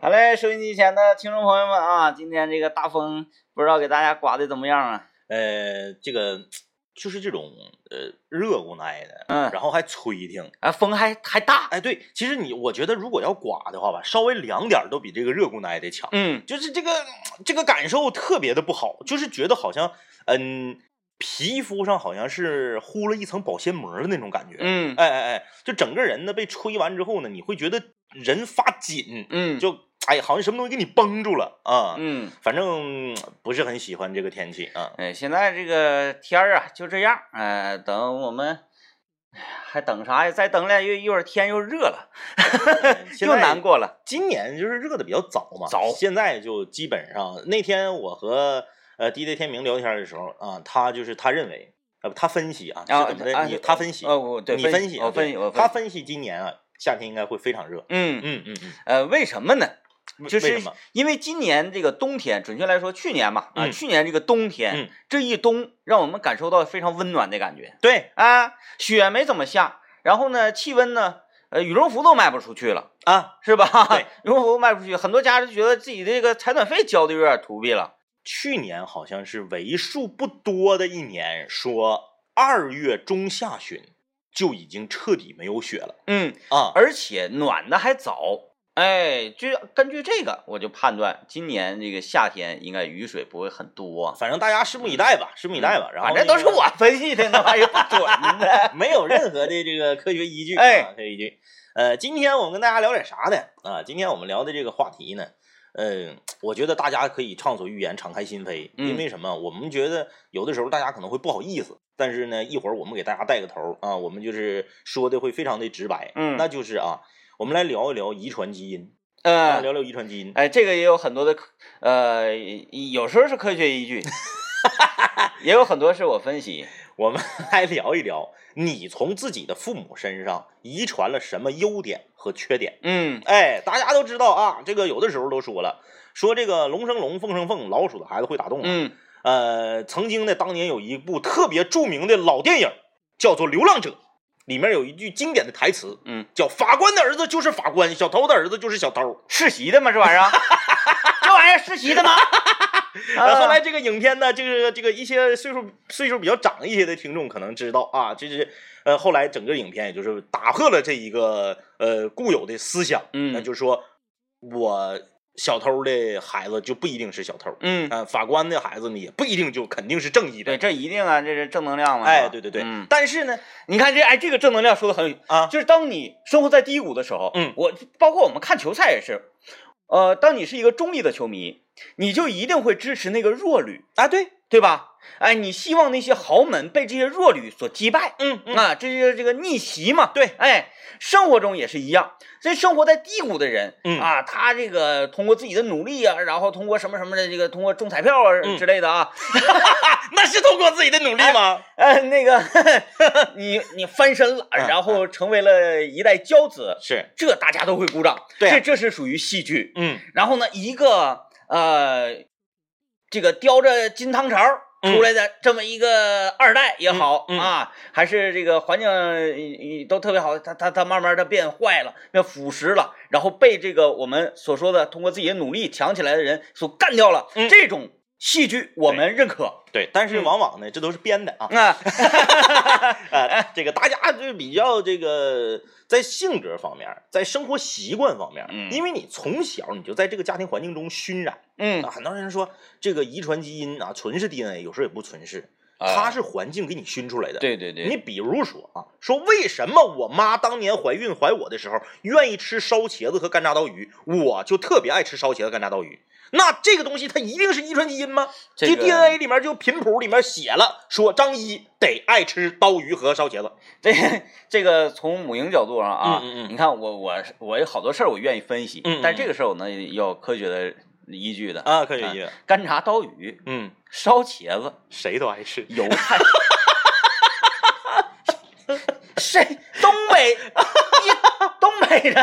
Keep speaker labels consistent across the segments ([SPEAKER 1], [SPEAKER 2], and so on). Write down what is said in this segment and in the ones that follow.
[SPEAKER 1] 好嘞，收音机前的听众朋友们啊，今天这个大风不知道给大家刮的怎么样啊？
[SPEAKER 2] 呃，这个就是这种呃热乎耐的，
[SPEAKER 1] 嗯
[SPEAKER 2] 然后还吹挺。
[SPEAKER 1] 啊，风还还大，
[SPEAKER 2] 哎，对，其实你我觉得如果要刮的话吧，稍微凉点儿都比这个热乎耐的强。
[SPEAKER 1] 嗯，
[SPEAKER 2] 就是这个这个感受特别的不好，就是觉得好像嗯皮肤上好像是糊了一层保鲜膜的那种感觉。
[SPEAKER 1] 嗯
[SPEAKER 2] 哎哎哎，就整个人呢被吹完之后呢，你会觉得人发紧，
[SPEAKER 1] 嗯
[SPEAKER 2] 就哎好像什么东西给你绷住了啊。
[SPEAKER 1] 嗯，
[SPEAKER 2] 反正嗯不是很喜欢这个天气啊。
[SPEAKER 1] 哎，现在这个天儿啊就这样，呃，等我们哎呀还等啥呀？再等俩月，一会儿天又热了，
[SPEAKER 2] 现
[SPEAKER 1] 又
[SPEAKER 2] 在
[SPEAKER 1] 难过了。
[SPEAKER 2] 今年就是热的比较早嘛，
[SPEAKER 1] 早
[SPEAKER 2] 现在就基本上那天我和呃 DJ 天明聊天的时候啊，他就是他认为，呃，他分析啊，
[SPEAKER 1] 啊
[SPEAKER 2] 是怎么的？
[SPEAKER 1] 啊
[SPEAKER 2] 你他分析，
[SPEAKER 1] 哦，我对，
[SPEAKER 2] 你
[SPEAKER 1] 分
[SPEAKER 2] 析啊，
[SPEAKER 1] 我分析，
[SPEAKER 2] 对
[SPEAKER 1] 我
[SPEAKER 2] 他
[SPEAKER 1] 析。
[SPEAKER 2] 分析今年啊，夏天应该会非常热。
[SPEAKER 1] 嗯，
[SPEAKER 2] 嗯嗯嗯
[SPEAKER 1] 呃，为什么呢？
[SPEAKER 2] 为，
[SPEAKER 1] 就
[SPEAKER 2] 为
[SPEAKER 1] 是
[SPEAKER 2] 什么？
[SPEAKER 1] 因为今年这个冬天，准确来说，去年嘛，啊，
[SPEAKER 2] 嗯
[SPEAKER 1] 去年这个冬天
[SPEAKER 2] 嗯，
[SPEAKER 1] 这一冬让我们感受到非常温暖的感觉。
[SPEAKER 2] 对
[SPEAKER 1] 啊，雪没怎么下，然后呢，气温呢，呃，羽绒服都卖不出去了，
[SPEAKER 2] 啊，
[SPEAKER 1] 是吧
[SPEAKER 2] 对？
[SPEAKER 1] 羽绒服卖不出去，很多家就觉得自己这个采暖费交的有点土币了。
[SPEAKER 2] 去年好像是为数不多的一年，说二月中下旬就已经彻底没有雪了
[SPEAKER 1] 嗯，
[SPEAKER 2] 啊。
[SPEAKER 1] 而且暖的还早。哎，就根据这个，我就判断今年这个夏天应该雨水不会很多。
[SPEAKER 2] 反正大家拭目以待吧，拭目以待吧。然后
[SPEAKER 1] 反正
[SPEAKER 2] 那
[SPEAKER 1] 都
[SPEAKER 2] 个
[SPEAKER 1] 是我分析的，那玩意儿不准 的。
[SPEAKER 2] 没有任何的这个科学依据，
[SPEAKER 1] 哎
[SPEAKER 2] 啊，科学依据。呃，今天我们跟大家聊点啥呢？啊，今天我们聊的这个话题呢，嗯、我觉得大家可以畅所欲言，敞开心扉，
[SPEAKER 1] 嗯
[SPEAKER 2] 因为什么？我们觉得有的时候大家可能会不好意思，但是呢，一会儿我们给大家带个头儿啊，我们就是说的会非常的直白，
[SPEAKER 1] 嗯
[SPEAKER 2] 那就是啊，我们来聊一聊遗传基因，啊，
[SPEAKER 1] 嗯，
[SPEAKER 2] 聊聊遗传基因。
[SPEAKER 1] 哎，这个也有很多的科，呃，有时候是科学依 据，也有很多是我分析。
[SPEAKER 2] 我们 来聊一聊，你从自己的父母身上遗传了什么优点和缺点？
[SPEAKER 1] 嗯
[SPEAKER 2] 哎，大家都知道啊，这个有的时候都说了，说这个龙生龙，凤生凤，老鼠的孩子会打洞啊。
[SPEAKER 1] 嗯，
[SPEAKER 2] 呃，曾经呢，当年有一部特别著名的老电影，叫做《流浪者》，里面有一句经典的台词，
[SPEAKER 1] 嗯，
[SPEAKER 2] 叫“法官的儿子就是法官，小偷的儿子就是小偷
[SPEAKER 1] 世袭的吗？这玩意 儿，这玩意儿世袭的吗？”
[SPEAKER 2] 呃。后来
[SPEAKER 1] 啊
[SPEAKER 2] 这个影片呢，这个这个一些岁数岁数比较长一些的听众可能知道啊，这是呃后来整个影片也就是打破了这一个呃固有的思想，
[SPEAKER 1] 嗯
[SPEAKER 2] 那就是说我小偷的孩子就不一定是小偷，
[SPEAKER 1] 嗯，
[SPEAKER 2] 呃，法官的孩子呢也不一定就肯定是正义
[SPEAKER 1] 对，
[SPEAKER 2] 的。
[SPEAKER 1] 这一定啊，这是正能量嘛。是
[SPEAKER 2] 哎，
[SPEAKER 1] 吧
[SPEAKER 2] 对对对，
[SPEAKER 1] 嗯，
[SPEAKER 2] 但是呢，
[SPEAKER 1] 你看这哎，这个正能量说的很有，
[SPEAKER 2] 啊，
[SPEAKER 1] 就是当你生活在低谷的时候，
[SPEAKER 2] 嗯
[SPEAKER 1] 我包括我们看球赛也是，呃，当你是一个中立的球迷，你就一定会支持那个弱旅，
[SPEAKER 2] 啊，对，
[SPEAKER 1] 对吧？哎，你希望那些豪门被这些弱旅所击败，
[SPEAKER 2] 嗯嗯，
[SPEAKER 1] 啊，这就是这个逆袭嘛。
[SPEAKER 2] 对
[SPEAKER 1] 哎，生活中也是一样。所以生活在低谷的人，
[SPEAKER 2] 嗯
[SPEAKER 1] 啊，他这个通过自己的努力啊，然后通过什么什么的，这个通过中彩票啊
[SPEAKER 2] 嗯
[SPEAKER 1] 之类的啊，
[SPEAKER 2] 那是通过自己的努力吗？
[SPEAKER 1] 哎，那个 你你翻身了，
[SPEAKER 2] 嗯
[SPEAKER 1] 然后成为了一代骄子，
[SPEAKER 2] 是，
[SPEAKER 1] 这大家都会鼓掌。
[SPEAKER 2] 对啊
[SPEAKER 1] 这这是属于戏剧。
[SPEAKER 2] 嗯，
[SPEAKER 1] 然后呢，一个呃，这个叼着金汤勺儿出来的这么一个二代也好、
[SPEAKER 2] 嗯嗯嗯
[SPEAKER 1] 啊，还是这个环境呃都特别好，他他他慢慢的变坏了，变腐蚀了，然后被这个我们所说的通过自己的努力强起来的人所干掉了，
[SPEAKER 2] 嗯
[SPEAKER 1] 这种戏剧我们认可。
[SPEAKER 2] 对，但是
[SPEAKER 1] 嗯
[SPEAKER 2] 往往呢，这都是编的啊，
[SPEAKER 1] 啊，
[SPEAKER 2] 呃，这个大家就是比较这个在性格方面，在生活习惯方面，
[SPEAKER 1] 嗯
[SPEAKER 2] 因为你从小你就在这个家庭环境中熏染
[SPEAKER 1] 嗯
[SPEAKER 2] 啊，，很多人说这个遗传基因啊，纯是 DNA，有时候也不纯是，
[SPEAKER 1] 啊
[SPEAKER 2] 它是环境给你熏出来的，
[SPEAKER 1] 对对对，
[SPEAKER 2] 你比如说啊，说为什么我妈当年怀孕怀我的时候，愿意吃烧茄子和干炸刀鱼，我就特别爱吃烧茄子、干炸刀鱼。那这个东西它一定是遗传基因吗？
[SPEAKER 1] 这个
[SPEAKER 2] DNA 里面就频谱里面写了，说张一得爱吃刀鱼和烧茄子。
[SPEAKER 1] 这个这个从母婴角度上啊，
[SPEAKER 2] 嗯嗯嗯
[SPEAKER 1] 你看我我我有好多事儿我愿意分析，
[SPEAKER 2] 嗯嗯
[SPEAKER 1] 但这个事儿我能要科学的依据的。
[SPEAKER 2] 啊，科
[SPEAKER 1] 学依
[SPEAKER 2] 据。
[SPEAKER 1] 干炸刀鱼、
[SPEAKER 2] 嗯，
[SPEAKER 1] 烧茄子、
[SPEAKER 2] 谁都爱吃。
[SPEAKER 1] 油 菜，谁 东北一东北 人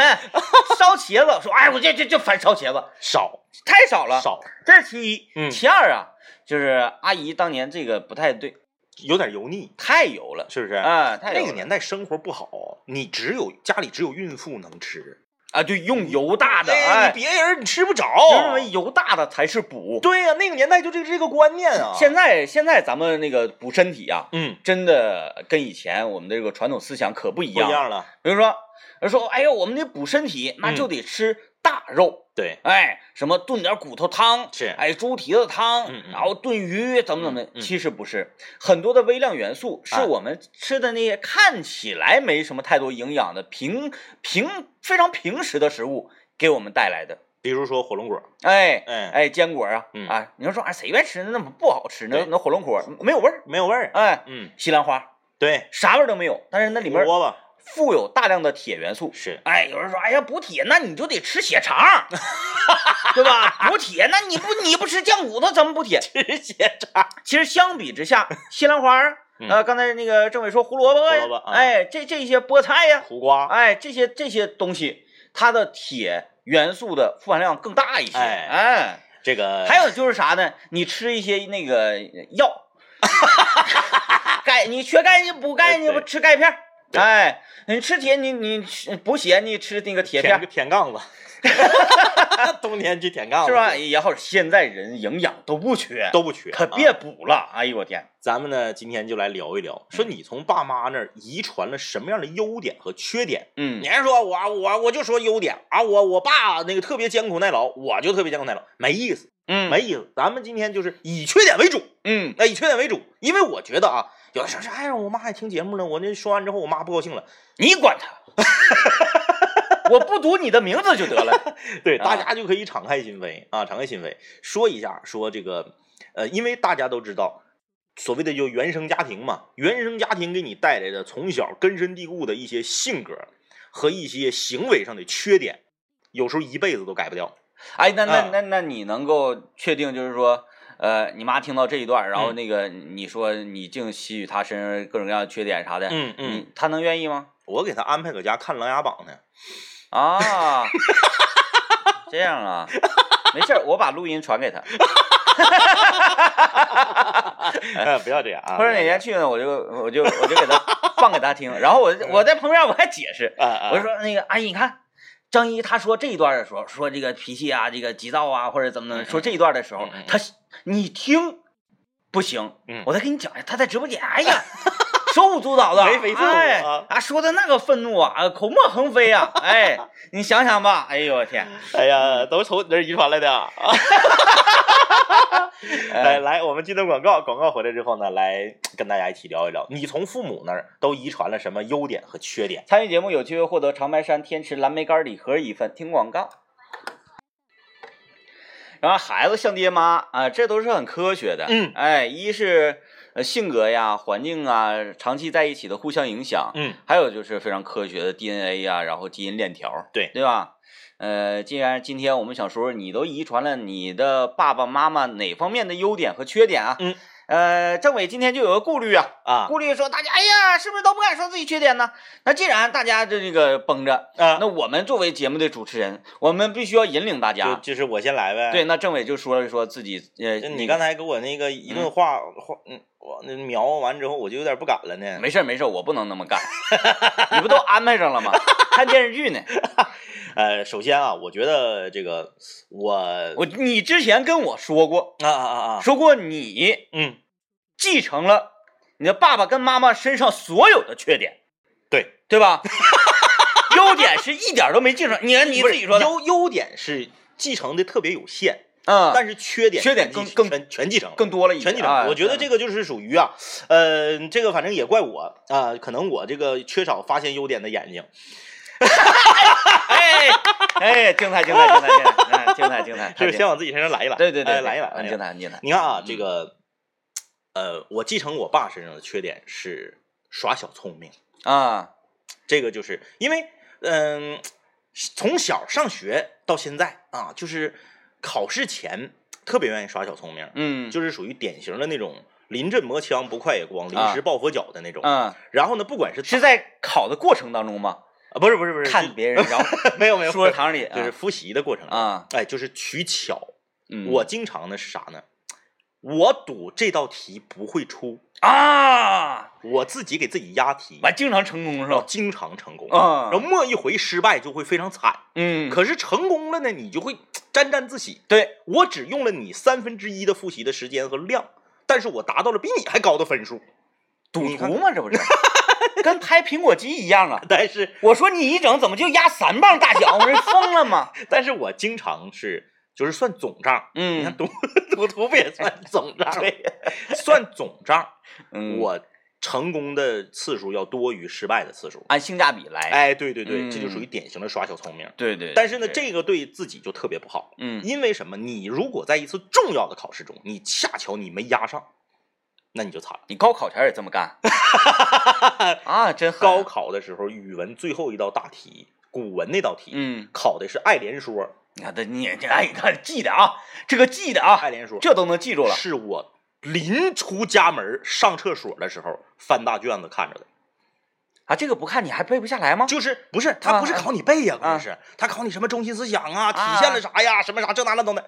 [SPEAKER 1] 烧茄子说，哎，我这这就烦烧茄子，
[SPEAKER 2] 少
[SPEAKER 1] 太少了，
[SPEAKER 2] 少，
[SPEAKER 1] 这是其一。
[SPEAKER 2] 嗯
[SPEAKER 1] 其二啊，就是阿姨当年这个不太对，
[SPEAKER 2] 有点油腻，
[SPEAKER 1] 太油了
[SPEAKER 2] 是不是？
[SPEAKER 1] 啊，太油
[SPEAKER 2] 那
[SPEAKER 1] 了
[SPEAKER 2] 个年代生活不好，你只有家里只有孕妇能吃，
[SPEAKER 1] 啊，就用油大的，
[SPEAKER 2] 哎，
[SPEAKER 1] 哎
[SPEAKER 2] 你，别哦人你吃不着。
[SPEAKER 1] 就认为油大的才是补。
[SPEAKER 2] 对呀、那个年代就这个这个观念啊。
[SPEAKER 1] 现在现在咱们那个补身体啊，
[SPEAKER 2] 嗯
[SPEAKER 1] 真的跟以前我们的这个传统思想可不一
[SPEAKER 2] 不一
[SPEAKER 1] 样。
[SPEAKER 2] 样了，
[SPEAKER 1] 比如说，人说，哎呦，我们得补身体，那
[SPEAKER 2] 嗯
[SPEAKER 1] 就得吃大肉，
[SPEAKER 2] 对，
[SPEAKER 1] 哎，什么炖点骨头汤，
[SPEAKER 2] 是
[SPEAKER 1] 哎，猪蹄子汤，
[SPEAKER 2] 嗯嗯
[SPEAKER 1] 然后炖鱼，怎么怎么的。
[SPEAKER 2] 嗯嗯
[SPEAKER 1] 其实不是，很多的微量元素是
[SPEAKER 2] 啊
[SPEAKER 1] 我们吃的那些看起来没什么太多营养的平平非常平时的食物给我们带来的。
[SPEAKER 2] 比如说火龙果，
[SPEAKER 1] 哎
[SPEAKER 2] 哎，
[SPEAKER 1] 哎，坚果啊、
[SPEAKER 2] 嗯
[SPEAKER 1] 啊，你要说啊，谁愿意吃那么不好吃？那
[SPEAKER 2] 对
[SPEAKER 1] 那火龙果没有味儿，
[SPEAKER 2] 没有味儿。
[SPEAKER 1] 哎，
[SPEAKER 2] 嗯，
[SPEAKER 1] 西兰花
[SPEAKER 2] 对，
[SPEAKER 1] 啥味儿都没有，但是那里面
[SPEAKER 2] 胡萝卜
[SPEAKER 1] 富有大量的铁元素。
[SPEAKER 2] 是
[SPEAKER 1] 哎，有人说，哎呀，补铁，那你就得吃血肠，对吧？补铁，那你不你不吃酱骨头怎么补铁？
[SPEAKER 2] 吃血肠，
[SPEAKER 1] 其实相比之下，西兰花啊，
[SPEAKER 2] 嗯
[SPEAKER 1] 呃，刚才那个政委说胡萝卜呀，
[SPEAKER 2] 胡萝卜啊
[SPEAKER 1] 哎，这这些菠菜呀，
[SPEAKER 2] 苦瓜，
[SPEAKER 1] 哎，这些这些东西，它的铁元素的富含量更大一些。
[SPEAKER 2] 哎
[SPEAKER 1] 哎
[SPEAKER 2] 这个
[SPEAKER 1] 还有就是啥呢？你吃一些那个 药，钙，你缺钙你补钙，
[SPEAKER 2] 哎
[SPEAKER 1] 你不
[SPEAKER 2] 对
[SPEAKER 1] 吃钙片儿。
[SPEAKER 2] 对
[SPEAKER 1] 哎，你吃铁，你你吃补血，你吃那个铁片
[SPEAKER 2] 舔
[SPEAKER 1] 儿，
[SPEAKER 2] 舔 杠子，冬天去舔杠子
[SPEAKER 1] 是吧？？也好，现在人营养都不缺，
[SPEAKER 2] 都不缺，
[SPEAKER 1] 可
[SPEAKER 2] 啊
[SPEAKER 1] 别补了。哎呦我天，
[SPEAKER 2] 咱们呢，今天就来聊一聊，说你从爸妈那儿遗传了什么样的优点和缺点？
[SPEAKER 1] 嗯
[SPEAKER 2] 你，还说我我我就说优点啊，我我爸那个特别艰苦耐劳，我就特别艰苦耐劳，没意思，
[SPEAKER 1] 嗯，
[SPEAKER 2] 没，意思。咱们今天就是以缺点为主，
[SPEAKER 1] 嗯，
[SPEAKER 2] 哎，以缺点为主，因为我觉得啊，有的时候是哎呀，我妈还听节目呢，我那说完之后，我妈不高兴了。
[SPEAKER 1] 你管他，我不读你的名字就得了。
[SPEAKER 2] 对，
[SPEAKER 1] 啊
[SPEAKER 2] 大家就可以敞开心扉啊，敞开心扉说一下，说这个，呃，因为大家都知道，所谓的就原生家庭嘛，原生家庭给你带来的从小根深蒂固的一些性格和一些行为上的缺点，有时候一辈子都改不掉。
[SPEAKER 1] 哎，那那
[SPEAKER 2] 啊
[SPEAKER 1] 那那你能够确定就是说？呃，你妈听到这一段，然后
[SPEAKER 2] 嗯
[SPEAKER 1] 那个你说你竟吸取她身上各种各样的缺点啥的，
[SPEAKER 2] 嗯嗯，
[SPEAKER 1] 嗯，他能愿意吗？
[SPEAKER 2] 我给他安排搁家看《琅琊榜》呢。
[SPEAKER 1] 啊，这样啊，没事儿，我把录音传给他。
[SPEAKER 2] 哎， 不要这样 啊！
[SPEAKER 1] 或者哪天去呢，我就我就我就给 他放给他听，然后我我在旁边我还解释，
[SPEAKER 2] 啊 啊，
[SPEAKER 1] 我就说那个阿姨你看。张一他说这一段的时候，说这个脾气啊，这个急躁啊，或者怎么怎么，说这一段的时候
[SPEAKER 2] 嗯嗯，
[SPEAKER 1] 他你听不行，
[SPEAKER 2] 嗯
[SPEAKER 1] 我再给你讲一下，他在直播间，哎呀， 手舞足蹈的，
[SPEAKER 2] 眉飞色舞啊
[SPEAKER 1] 哎啊，说的那个愤怒啊，啊口沫横飞啊， 哎，你想想吧，哎呦我天，
[SPEAKER 2] 哎呀，都是从你那儿遗传 来的啊！来哎来，我们进段广告，广告回来之后呢，来跟大家一起聊一聊，你从父母那儿都遗传了什么优点和缺点？
[SPEAKER 1] 参与节目有机会获得长白山天池蓝莓干礼盒一份。听广告。然后孩子像爹妈啊、这都是很科学的。
[SPEAKER 2] 嗯
[SPEAKER 1] 哎，一是呃性格呀、环境啊，长期在一起的互相影响，
[SPEAKER 2] 嗯，
[SPEAKER 1] 还有就是非常科学的 DNA 呀、然后基因链条，
[SPEAKER 2] 对
[SPEAKER 1] 对吧？呃，既然今天我们想说说你都遗传了你的爸爸妈妈哪方面的优点和缺点啊？
[SPEAKER 2] 嗯，
[SPEAKER 1] 呃，政委今天就有个顾虑啊，
[SPEAKER 2] 啊
[SPEAKER 1] 顾虑说大家，哎呀，是不是都不敢说自己缺点呢？那既然大家这这个绷着，
[SPEAKER 2] 啊，
[SPEAKER 1] 那我们作为节目的主持人，我们必须要引领大
[SPEAKER 2] 就
[SPEAKER 1] 家。
[SPEAKER 2] 就是我先来呗。
[SPEAKER 1] 对，，那政委就说了说自己，呃，
[SPEAKER 2] 就
[SPEAKER 1] 那
[SPEAKER 2] 你
[SPEAKER 1] 个
[SPEAKER 2] 嗯刚才给我那个一顿话话，嗯，我那描完之后，我就有点不敢了呢。
[SPEAKER 1] 没事儿没事儿，我不能那么干， 你不都安排上了吗？看电视剧呢，
[SPEAKER 2] 呃，首先啊，我觉得这个我
[SPEAKER 1] 我你之前跟我说过，
[SPEAKER 2] 啊啊啊啊，
[SPEAKER 1] 说过你
[SPEAKER 2] 嗯，
[SPEAKER 1] 继承了你的爸爸跟妈妈身上所有的缺点，
[SPEAKER 2] 对，
[SPEAKER 1] 对吧？ 优点是一点儿都没继承，你你
[SPEAKER 2] 不
[SPEAKER 1] 自
[SPEAKER 2] 是
[SPEAKER 1] 己说的，
[SPEAKER 2] 优优点是继承的特别有限，
[SPEAKER 1] 嗯，
[SPEAKER 2] 但是啊缺点
[SPEAKER 1] 缺点
[SPEAKER 2] 全继
[SPEAKER 1] 更更
[SPEAKER 2] 全全继承了。
[SPEAKER 1] 更多了一
[SPEAKER 2] 全
[SPEAKER 1] 点
[SPEAKER 2] 继
[SPEAKER 1] 啊
[SPEAKER 2] 承，我觉得这个就是属于啊，呃，这个反正也怪我啊、可能我这个缺少发现优点的眼睛，
[SPEAKER 1] 哎哎，精彩精彩精彩精彩，哎精彩精彩，
[SPEAKER 2] 就
[SPEAKER 1] 太精
[SPEAKER 2] 是先往自己身上来一来，
[SPEAKER 1] 对对
[SPEAKER 2] 哎
[SPEAKER 1] 对，
[SPEAKER 2] 来一来，来
[SPEAKER 1] 很
[SPEAKER 2] 一
[SPEAKER 1] 精
[SPEAKER 2] 来。
[SPEAKER 1] 彩很精彩。
[SPEAKER 2] 你看啊，这个，呃，我继承我爸身上的缺点是耍小聪明，
[SPEAKER 1] 啊，
[SPEAKER 2] 这个就是因为，嗯、从小上学到现在啊，就是考试前特别愿意耍小聪明，
[SPEAKER 1] 嗯，
[SPEAKER 2] 就是属于典型的那种临阵磨枪不快也光，临
[SPEAKER 1] 啊
[SPEAKER 2] 时抱佛脚的那种。
[SPEAKER 1] 嗯，
[SPEAKER 2] 然后呢，不管是
[SPEAKER 1] 是
[SPEAKER 2] 在
[SPEAKER 1] 在考的过程当中吗？
[SPEAKER 2] 啊，不是不是不是，
[SPEAKER 1] 看别人，然后
[SPEAKER 2] 没 有没有，
[SPEAKER 1] 说堂里
[SPEAKER 2] 就是复习的过程中
[SPEAKER 1] 啊，
[SPEAKER 2] 哎，就是取巧。
[SPEAKER 1] 嗯
[SPEAKER 2] 我经常呢是啥呢？我赌这道题不会出，
[SPEAKER 1] 啊，
[SPEAKER 2] 我自己给自己押题
[SPEAKER 1] 我，还经常成功是
[SPEAKER 2] 然后
[SPEAKER 1] 吧？
[SPEAKER 2] 经常成功。
[SPEAKER 1] 啊
[SPEAKER 2] 然后，末一回失败就会非常惨，
[SPEAKER 1] 嗯，
[SPEAKER 2] 可是成功了呢，你就会沾沾自喜。
[SPEAKER 1] 对，
[SPEAKER 2] 我只用了你三分之一的复习的时间和量，但是我达到了比你还高的分数。
[SPEAKER 1] 赌
[SPEAKER 2] 你看
[SPEAKER 1] 徒嘛，这不是 跟拍苹果机一样啊！
[SPEAKER 2] 但是，
[SPEAKER 1] 我说你一整怎么就压三磅大小？我说疯了吗？
[SPEAKER 2] 但是我经常是就是算总账。你看
[SPEAKER 1] 嗯，
[SPEAKER 2] 赌 赌徒不也算总账？对，算总账，
[SPEAKER 1] 嗯
[SPEAKER 2] 我成功的次数要多于失败的次数。
[SPEAKER 1] 按性价比来。
[SPEAKER 2] 哎，对对对，这就
[SPEAKER 1] 嗯
[SPEAKER 2] 属于典型的耍小聪明。
[SPEAKER 1] 对对对
[SPEAKER 2] 但是呢，
[SPEAKER 1] 对
[SPEAKER 2] 这个对自己就特别不好，
[SPEAKER 1] 嗯
[SPEAKER 2] 因为什么？你如果在一次重要的考试中，你恰巧你没压上，那你就惨了。
[SPEAKER 1] 你高考前也这么干啊？真狠
[SPEAKER 2] 高考的时候，语文最后一道大题，古文那道题，
[SPEAKER 1] 嗯，
[SPEAKER 2] 考的是爱莲说，
[SPEAKER 1] 你看这你这哎，你看记得啊，这个记得啊，
[SPEAKER 2] 爱莲说，
[SPEAKER 1] 这都能记住了。
[SPEAKER 2] 是我临出家门上厕所的时候翻大卷子看着的，
[SPEAKER 1] 啊，这个不看你还背不下来吗？
[SPEAKER 2] 就是不是他不是
[SPEAKER 1] 啊
[SPEAKER 2] 考你背呀、关
[SPEAKER 1] 啊
[SPEAKER 2] 键是他考你什么中心思想啊，
[SPEAKER 1] 啊
[SPEAKER 2] 体现了啥呀，什么啥这那那等等。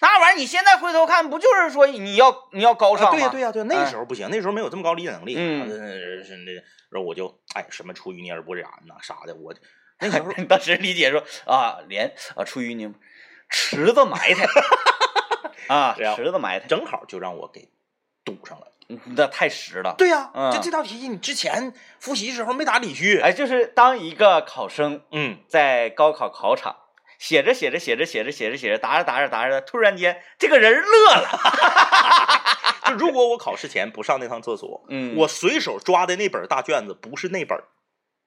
[SPEAKER 1] 那玩意儿你现在回头看，不就是说你要你要高尚
[SPEAKER 2] 啊
[SPEAKER 1] 吗？
[SPEAKER 2] 对呀、对呀、对呀、那
[SPEAKER 1] 嗯
[SPEAKER 2] 时候不行，那时候没有这么高理解能力。
[SPEAKER 1] 嗯
[SPEAKER 2] 啊是是那，然后我就哎，什么出淤泥而不染呐、啥 的，我那时候
[SPEAKER 1] 当时理解说啊，莲啊，出淤泥，池子埋汰啊，
[SPEAKER 2] 然后
[SPEAKER 1] 池子埋汰，
[SPEAKER 2] 正好就让我给堵上了。
[SPEAKER 1] 你那太实了。
[SPEAKER 2] 对呀、
[SPEAKER 1] 嗯
[SPEAKER 2] 就这道题你之前复习时候没咋理去。
[SPEAKER 1] 哎，就是当一个考生
[SPEAKER 2] 嗯，
[SPEAKER 1] 在高考考场写着写着写着写着写着写着答着答着答着，突然间这个人乐了，
[SPEAKER 2] 就如果我考试前不上那趟厕所，
[SPEAKER 1] 嗯
[SPEAKER 2] 我随手抓的那本大卷子不是那本儿，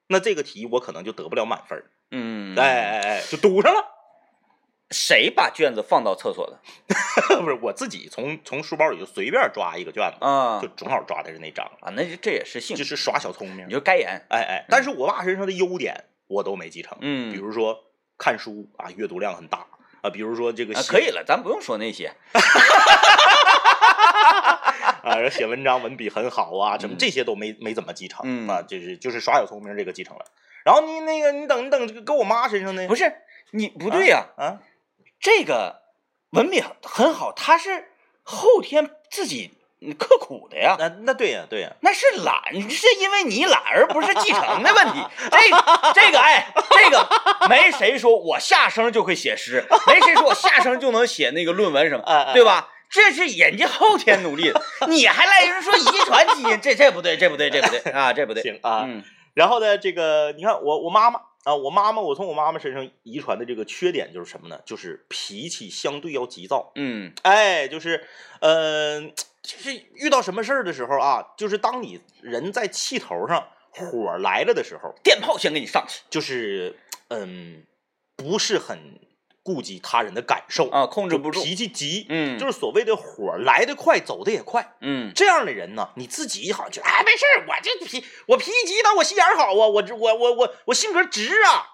[SPEAKER 2] 那这个题我可能就得不了满分儿。
[SPEAKER 1] 嗯，
[SPEAKER 2] 哎，哎哎，就堵上了。
[SPEAKER 1] 谁把卷子放到厕所的？
[SPEAKER 2] 不是我自己从从书包里就随便抓一个卷子，
[SPEAKER 1] 啊
[SPEAKER 2] 就正好抓的是那张，
[SPEAKER 1] 啊，那就这也是性
[SPEAKER 2] 就，是耍小聪明
[SPEAKER 1] 你。就该严，
[SPEAKER 2] 哎哎，但是我爸身上的优点我都没继承，
[SPEAKER 1] 嗯
[SPEAKER 2] 比如说看书啊，阅读量很大啊，比如说这个
[SPEAKER 1] 啊，
[SPEAKER 2] 写
[SPEAKER 1] 可以了，咱不用说那些，
[SPEAKER 2] 啊，然后写文章文笔很好啊，什么
[SPEAKER 1] 嗯
[SPEAKER 2] 这些都没没怎么继承、
[SPEAKER 1] 嗯
[SPEAKER 2] 啊，就是就是耍小聪明这个继承了。然后你那个你等你等这个搁我妈身上呢？
[SPEAKER 1] 不
[SPEAKER 2] 是
[SPEAKER 1] 是你不对呀、
[SPEAKER 2] 啊，
[SPEAKER 1] 这个文笔很好，他是后天自己刻苦的呀。
[SPEAKER 2] 那那对呀、对呀、
[SPEAKER 1] 那是懒，是因为你懒，而不是继承的问 题。这个、这个， 哎，这个没谁说我下生就会写诗，没谁说我下生就能写那个论文什么，
[SPEAKER 2] 啊，
[SPEAKER 1] 对
[SPEAKER 2] 吧？
[SPEAKER 1] 吧？这是人家后天努 力的，你还赖人说遗传基因，这这不对，这不对，这不 对啊，这不对。
[SPEAKER 2] 行啊，
[SPEAKER 1] 嗯
[SPEAKER 2] 然后呢，这个你看我我妈妈啊，我妈妈我从我妈妈身上遗传的这个缺点就是什么呢？就是脾气相对要急躁，
[SPEAKER 1] 嗯
[SPEAKER 2] 哎，就是，嗯、就是遇到什么事儿的时候啊，就是当你人在气头上，火来了的时候，
[SPEAKER 1] 电炮先给你上去
[SPEAKER 2] 就是，嗯，不是很顾及他人的感受，
[SPEAKER 1] 啊，控制不住。
[SPEAKER 2] 脾气急，
[SPEAKER 1] 嗯，
[SPEAKER 2] 就是是所谓的火来得快，走得也快。
[SPEAKER 1] 嗯
[SPEAKER 2] 这样的人呢，你自己好像觉得，哎，没事儿，我这脾我脾气急，但我心眼儿好啊，我这我我我我性格直啊。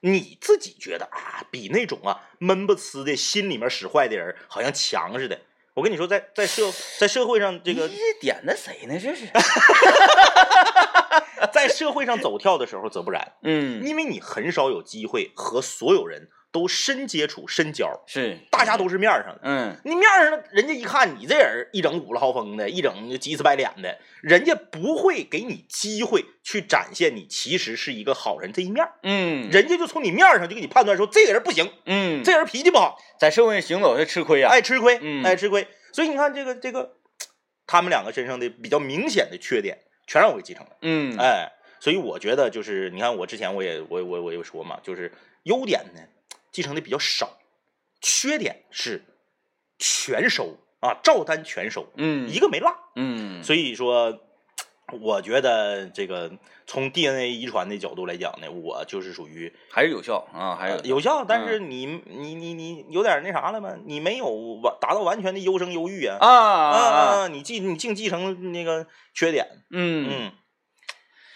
[SPEAKER 2] 你自己觉得啊，比那种啊闷不呲的、心里面使坏的人好像强似的。我跟你说，在在社在社会上，这个
[SPEAKER 1] 你这点的谁呢？ 这是
[SPEAKER 2] 在社会上走跳的时候，则不然，
[SPEAKER 1] 嗯
[SPEAKER 2] 因为你很少有机会和所有人都深接触、深交，
[SPEAKER 1] 是
[SPEAKER 2] 大家都是面儿上的。
[SPEAKER 1] 嗯
[SPEAKER 2] 你面儿上的人家一看你这人一整五了豪风的，一整就急死白脸的，人家不会给你机会去展现你其实是一个好人这一面儿，
[SPEAKER 1] 嗯
[SPEAKER 2] 人家就从你面儿上就给你判断说这个人不行，
[SPEAKER 1] 嗯，
[SPEAKER 2] 这人脾气不好，
[SPEAKER 1] 在社会上行走是吃亏呀、
[SPEAKER 2] 爱吃亏，
[SPEAKER 1] 嗯
[SPEAKER 2] 爱吃亏。所以你看这个这个，他们两个身上的比较明显的缺点，全让我给继承了。
[SPEAKER 1] 嗯，
[SPEAKER 2] 哎，所以我觉得就是你看我之前我也我我我也说嘛，就是优点呢继承的比较少，缺点是全收啊，照单全收，
[SPEAKER 1] 嗯
[SPEAKER 2] 一个没落。
[SPEAKER 1] 嗯，
[SPEAKER 2] 所以说，我觉得这个从 DNA 遗传的角度来讲呢，我就是属于
[SPEAKER 1] 还是有效啊，还是
[SPEAKER 2] 呃
[SPEAKER 1] 有效
[SPEAKER 2] 有效，但是你、你你你有点那啥了吗？你没有完达到完全的优生优育啊。
[SPEAKER 1] 啊
[SPEAKER 2] 啊
[SPEAKER 1] 啊啊，
[SPEAKER 2] 你继你净继承那个缺点，
[SPEAKER 1] 嗯，哎
[SPEAKER 2] 嗯，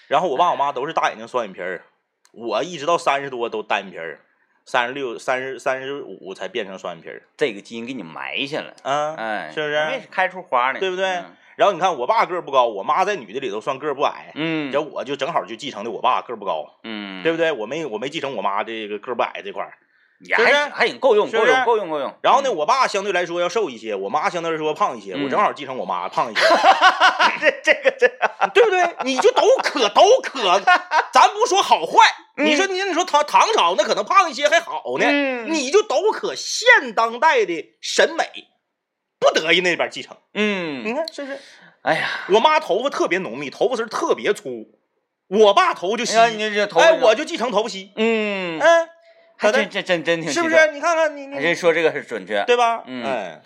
[SPEAKER 2] 然后我爸我妈都是大眼睛双眼皮儿，我一直到三十多都单眼皮儿，三十六、三十三十五才变成双眼皮儿
[SPEAKER 1] 这个基因给你埋下了，
[SPEAKER 2] 啊。
[SPEAKER 1] 哎，
[SPEAKER 2] 是不是
[SPEAKER 1] 还没开出花呢，
[SPEAKER 2] 对不对
[SPEAKER 1] 嗯
[SPEAKER 2] 然后你看我爸个儿不高，我妈在女的里头算个儿不矮，
[SPEAKER 1] 嗯，
[SPEAKER 2] 这我就正好就继承的我爸个儿不高，
[SPEAKER 1] 嗯，
[SPEAKER 2] 对不
[SPEAKER 1] 对？
[SPEAKER 2] 对？我没我没继承我妈这个个儿不矮这块儿，
[SPEAKER 1] 也
[SPEAKER 2] 是不是
[SPEAKER 1] 还还挺够用，
[SPEAKER 2] 是
[SPEAKER 1] 够
[SPEAKER 2] 不是
[SPEAKER 1] 用，够用，够用。
[SPEAKER 2] 然后呢，我爸相对来说要瘦一些，我妈相对来说胖一些，
[SPEAKER 1] 嗯
[SPEAKER 2] 我正好继承我妈胖一些，
[SPEAKER 1] 这 这个这个，
[SPEAKER 2] 对不对？你就都可都可，咱不说好坏，
[SPEAKER 1] 嗯
[SPEAKER 2] 你说你你说唐唐朝那可能胖一些还好呢，
[SPEAKER 1] 嗯
[SPEAKER 2] 你就都可现当代的审美，不得意那边继承。你
[SPEAKER 1] 嗯，
[SPEAKER 2] 看是不是？
[SPEAKER 1] 哎呀，
[SPEAKER 2] 我妈头发特别浓密，头发丝儿特别粗，我爸头就稀
[SPEAKER 1] 你，看你这头发，
[SPEAKER 2] 哎，我就继承头发稀，
[SPEAKER 1] 嗯，
[SPEAKER 2] 嗯，
[SPEAKER 1] 还
[SPEAKER 2] 咋的
[SPEAKER 1] 真这真真挺
[SPEAKER 2] 是不
[SPEAKER 1] 奇怪？
[SPEAKER 2] 是？你看看你
[SPEAKER 1] 还真
[SPEAKER 2] 你
[SPEAKER 1] 说这个很准确。
[SPEAKER 2] 对吧？
[SPEAKER 1] 嗯
[SPEAKER 2] 哎，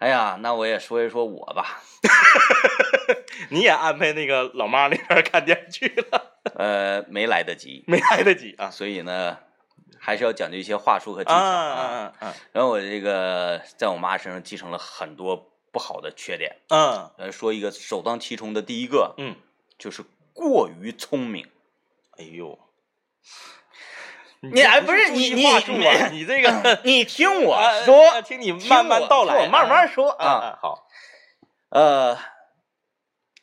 [SPEAKER 1] 哎呀，那我也说一说我吧。
[SPEAKER 2] 你也安排那个老妈那边看电视剧了，
[SPEAKER 1] 呃，没来得及，
[SPEAKER 2] 没来得及 啊。
[SPEAKER 1] 所以呢，还是要讲究一些话术和技
[SPEAKER 2] 啊
[SPEAKER 1] 巧
[SPEAKER 2] 啊啊
[SPEAKER 1] 然后我这个在我妈身上继承了很多不好的缺点。
[SPEAKER 2] 啊！
[SPEAKER 1] 呃，说一个首当其冲的第一个
[SPEAKER 2] 嗯，
[SPEAKER 1] 就是过于聪明。
[SPEAKER 2] 哎呦，
[SPEAKER 1] 你哎不是
[SPEAKER 2] 注意
[SPEAKER 1] 你
[SPEAKER 2] 话术啊
[SPEAKER 1] 你
[SPEAKER 2] 你这 个
[SPEAKER 1] 你听我
[SPEAKER 2] 啊
[SPEAKER 1] 说，
[SPEAKER 2] 啊听你
[SPEAKER 1] 听
[SPEAKER 2] 慢慢
[SPEAKER 1] 我
[SPEAKER 2] 道来，
[SPEAKER 1] 听我慢慢说
[SPEAKER 2] 啊
[SPEAKER 1] 啊。
[SPEAKER 2] 啊，好
[SPEAKER 1] 呃，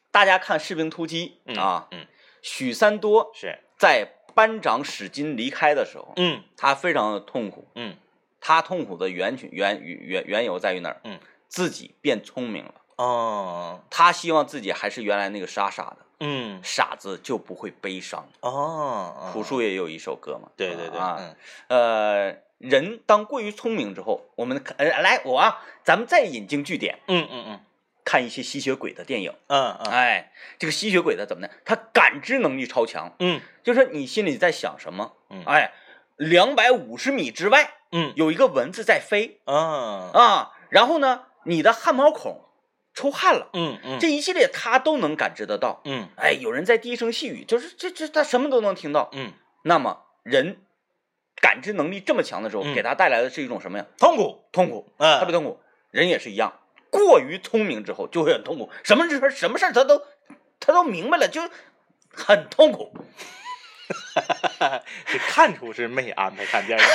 [SPEAKER 1] 大家看《士兵突击
[SPEAKER 2] 嗯》
[SPEAKER 1] 啊，
[SPEAKER 2] 嗯
[SPEAKER 1] 许三多
[SPEAKER 2] 是
[SPEAKER 1] 在班长史金离开的时候，
[SPEAKER 2] 嗯
[SPEAKER 1] 他非常的痛苦。
[SPEAKER 2] 嗯
[SPEAKER 1] 他痛苦的源泉源源缘由在于哪儿？
[SPEAKER 2] 嗯，
[SPEAKER 1] 自己变聪明了。
[SPEAKER 2] 哦
[SPEAKER 1] 他希望自己还是原来那个傻傻的，
[SPEAKER 2] 嗯
[SPEAKER 1] 傻子就不会悲伤。
[SPEAKER 2] 哦，
[SPEAKER 1] 朴树也有一首歌嘛，
[SPEAKER 2] 对对对
[SPEAKER 1] 啊，
[SPEAKER 2] 嗯
[SPEAKER 1] 呃，人当过于聪明之后，我们看呃来我啊，咱们再引经据典，
[SPEAKER 2] 嗯嗯
[SPEAKER 1] 看一些吸血鬼的电影。
[SPEAKER 2] 嗯嗯
[SPEAKER 1] 哎，这个吸血鬼的怎么呢？他感知能力超强，
[SPEAKER 2] 嗯
[SPEAKER 1] 就是你心里在想什么，
[SPEAKER 2] 嗯
[SPEAKER 1] 哎，两百五十米之外
[SPEAKER 2] 嗯
[SPEAKER 1] 有一个蚊子在飞
[SPEAKER 2] 嗯
[SPEAKER 1] 啊，然后呢，你的汗毛孔出汗了，
[SPEAKER 2] 嗯嗯
[SPEAKER 1] 这一系列他都能感知得到。
[SPEAKER 2] 嗯
[SPEAKER 1] 哎，有人在低声细语，就是这这他什么都能听到。
[SPEAKER 2] 嗯
[SPEAKER 1] 那么人感知能力这么强的时候，
[SPEAKER 2] 嗯
[SPEAKER 1] 给他带来的是一种什么呀？
[SPEAKER 2] 痛苦，
[SPEAKER 1] 痛苦，
[SPEAKER 2] 嗯
[SPEAKER 1] 特别痛苦。人也是一样，过于聪明之后就会很痛苦，什么事儿什么事儿他都他都明白了，就很痛苦。
[SPEAKER 2] 这看出是啊没安排看电视，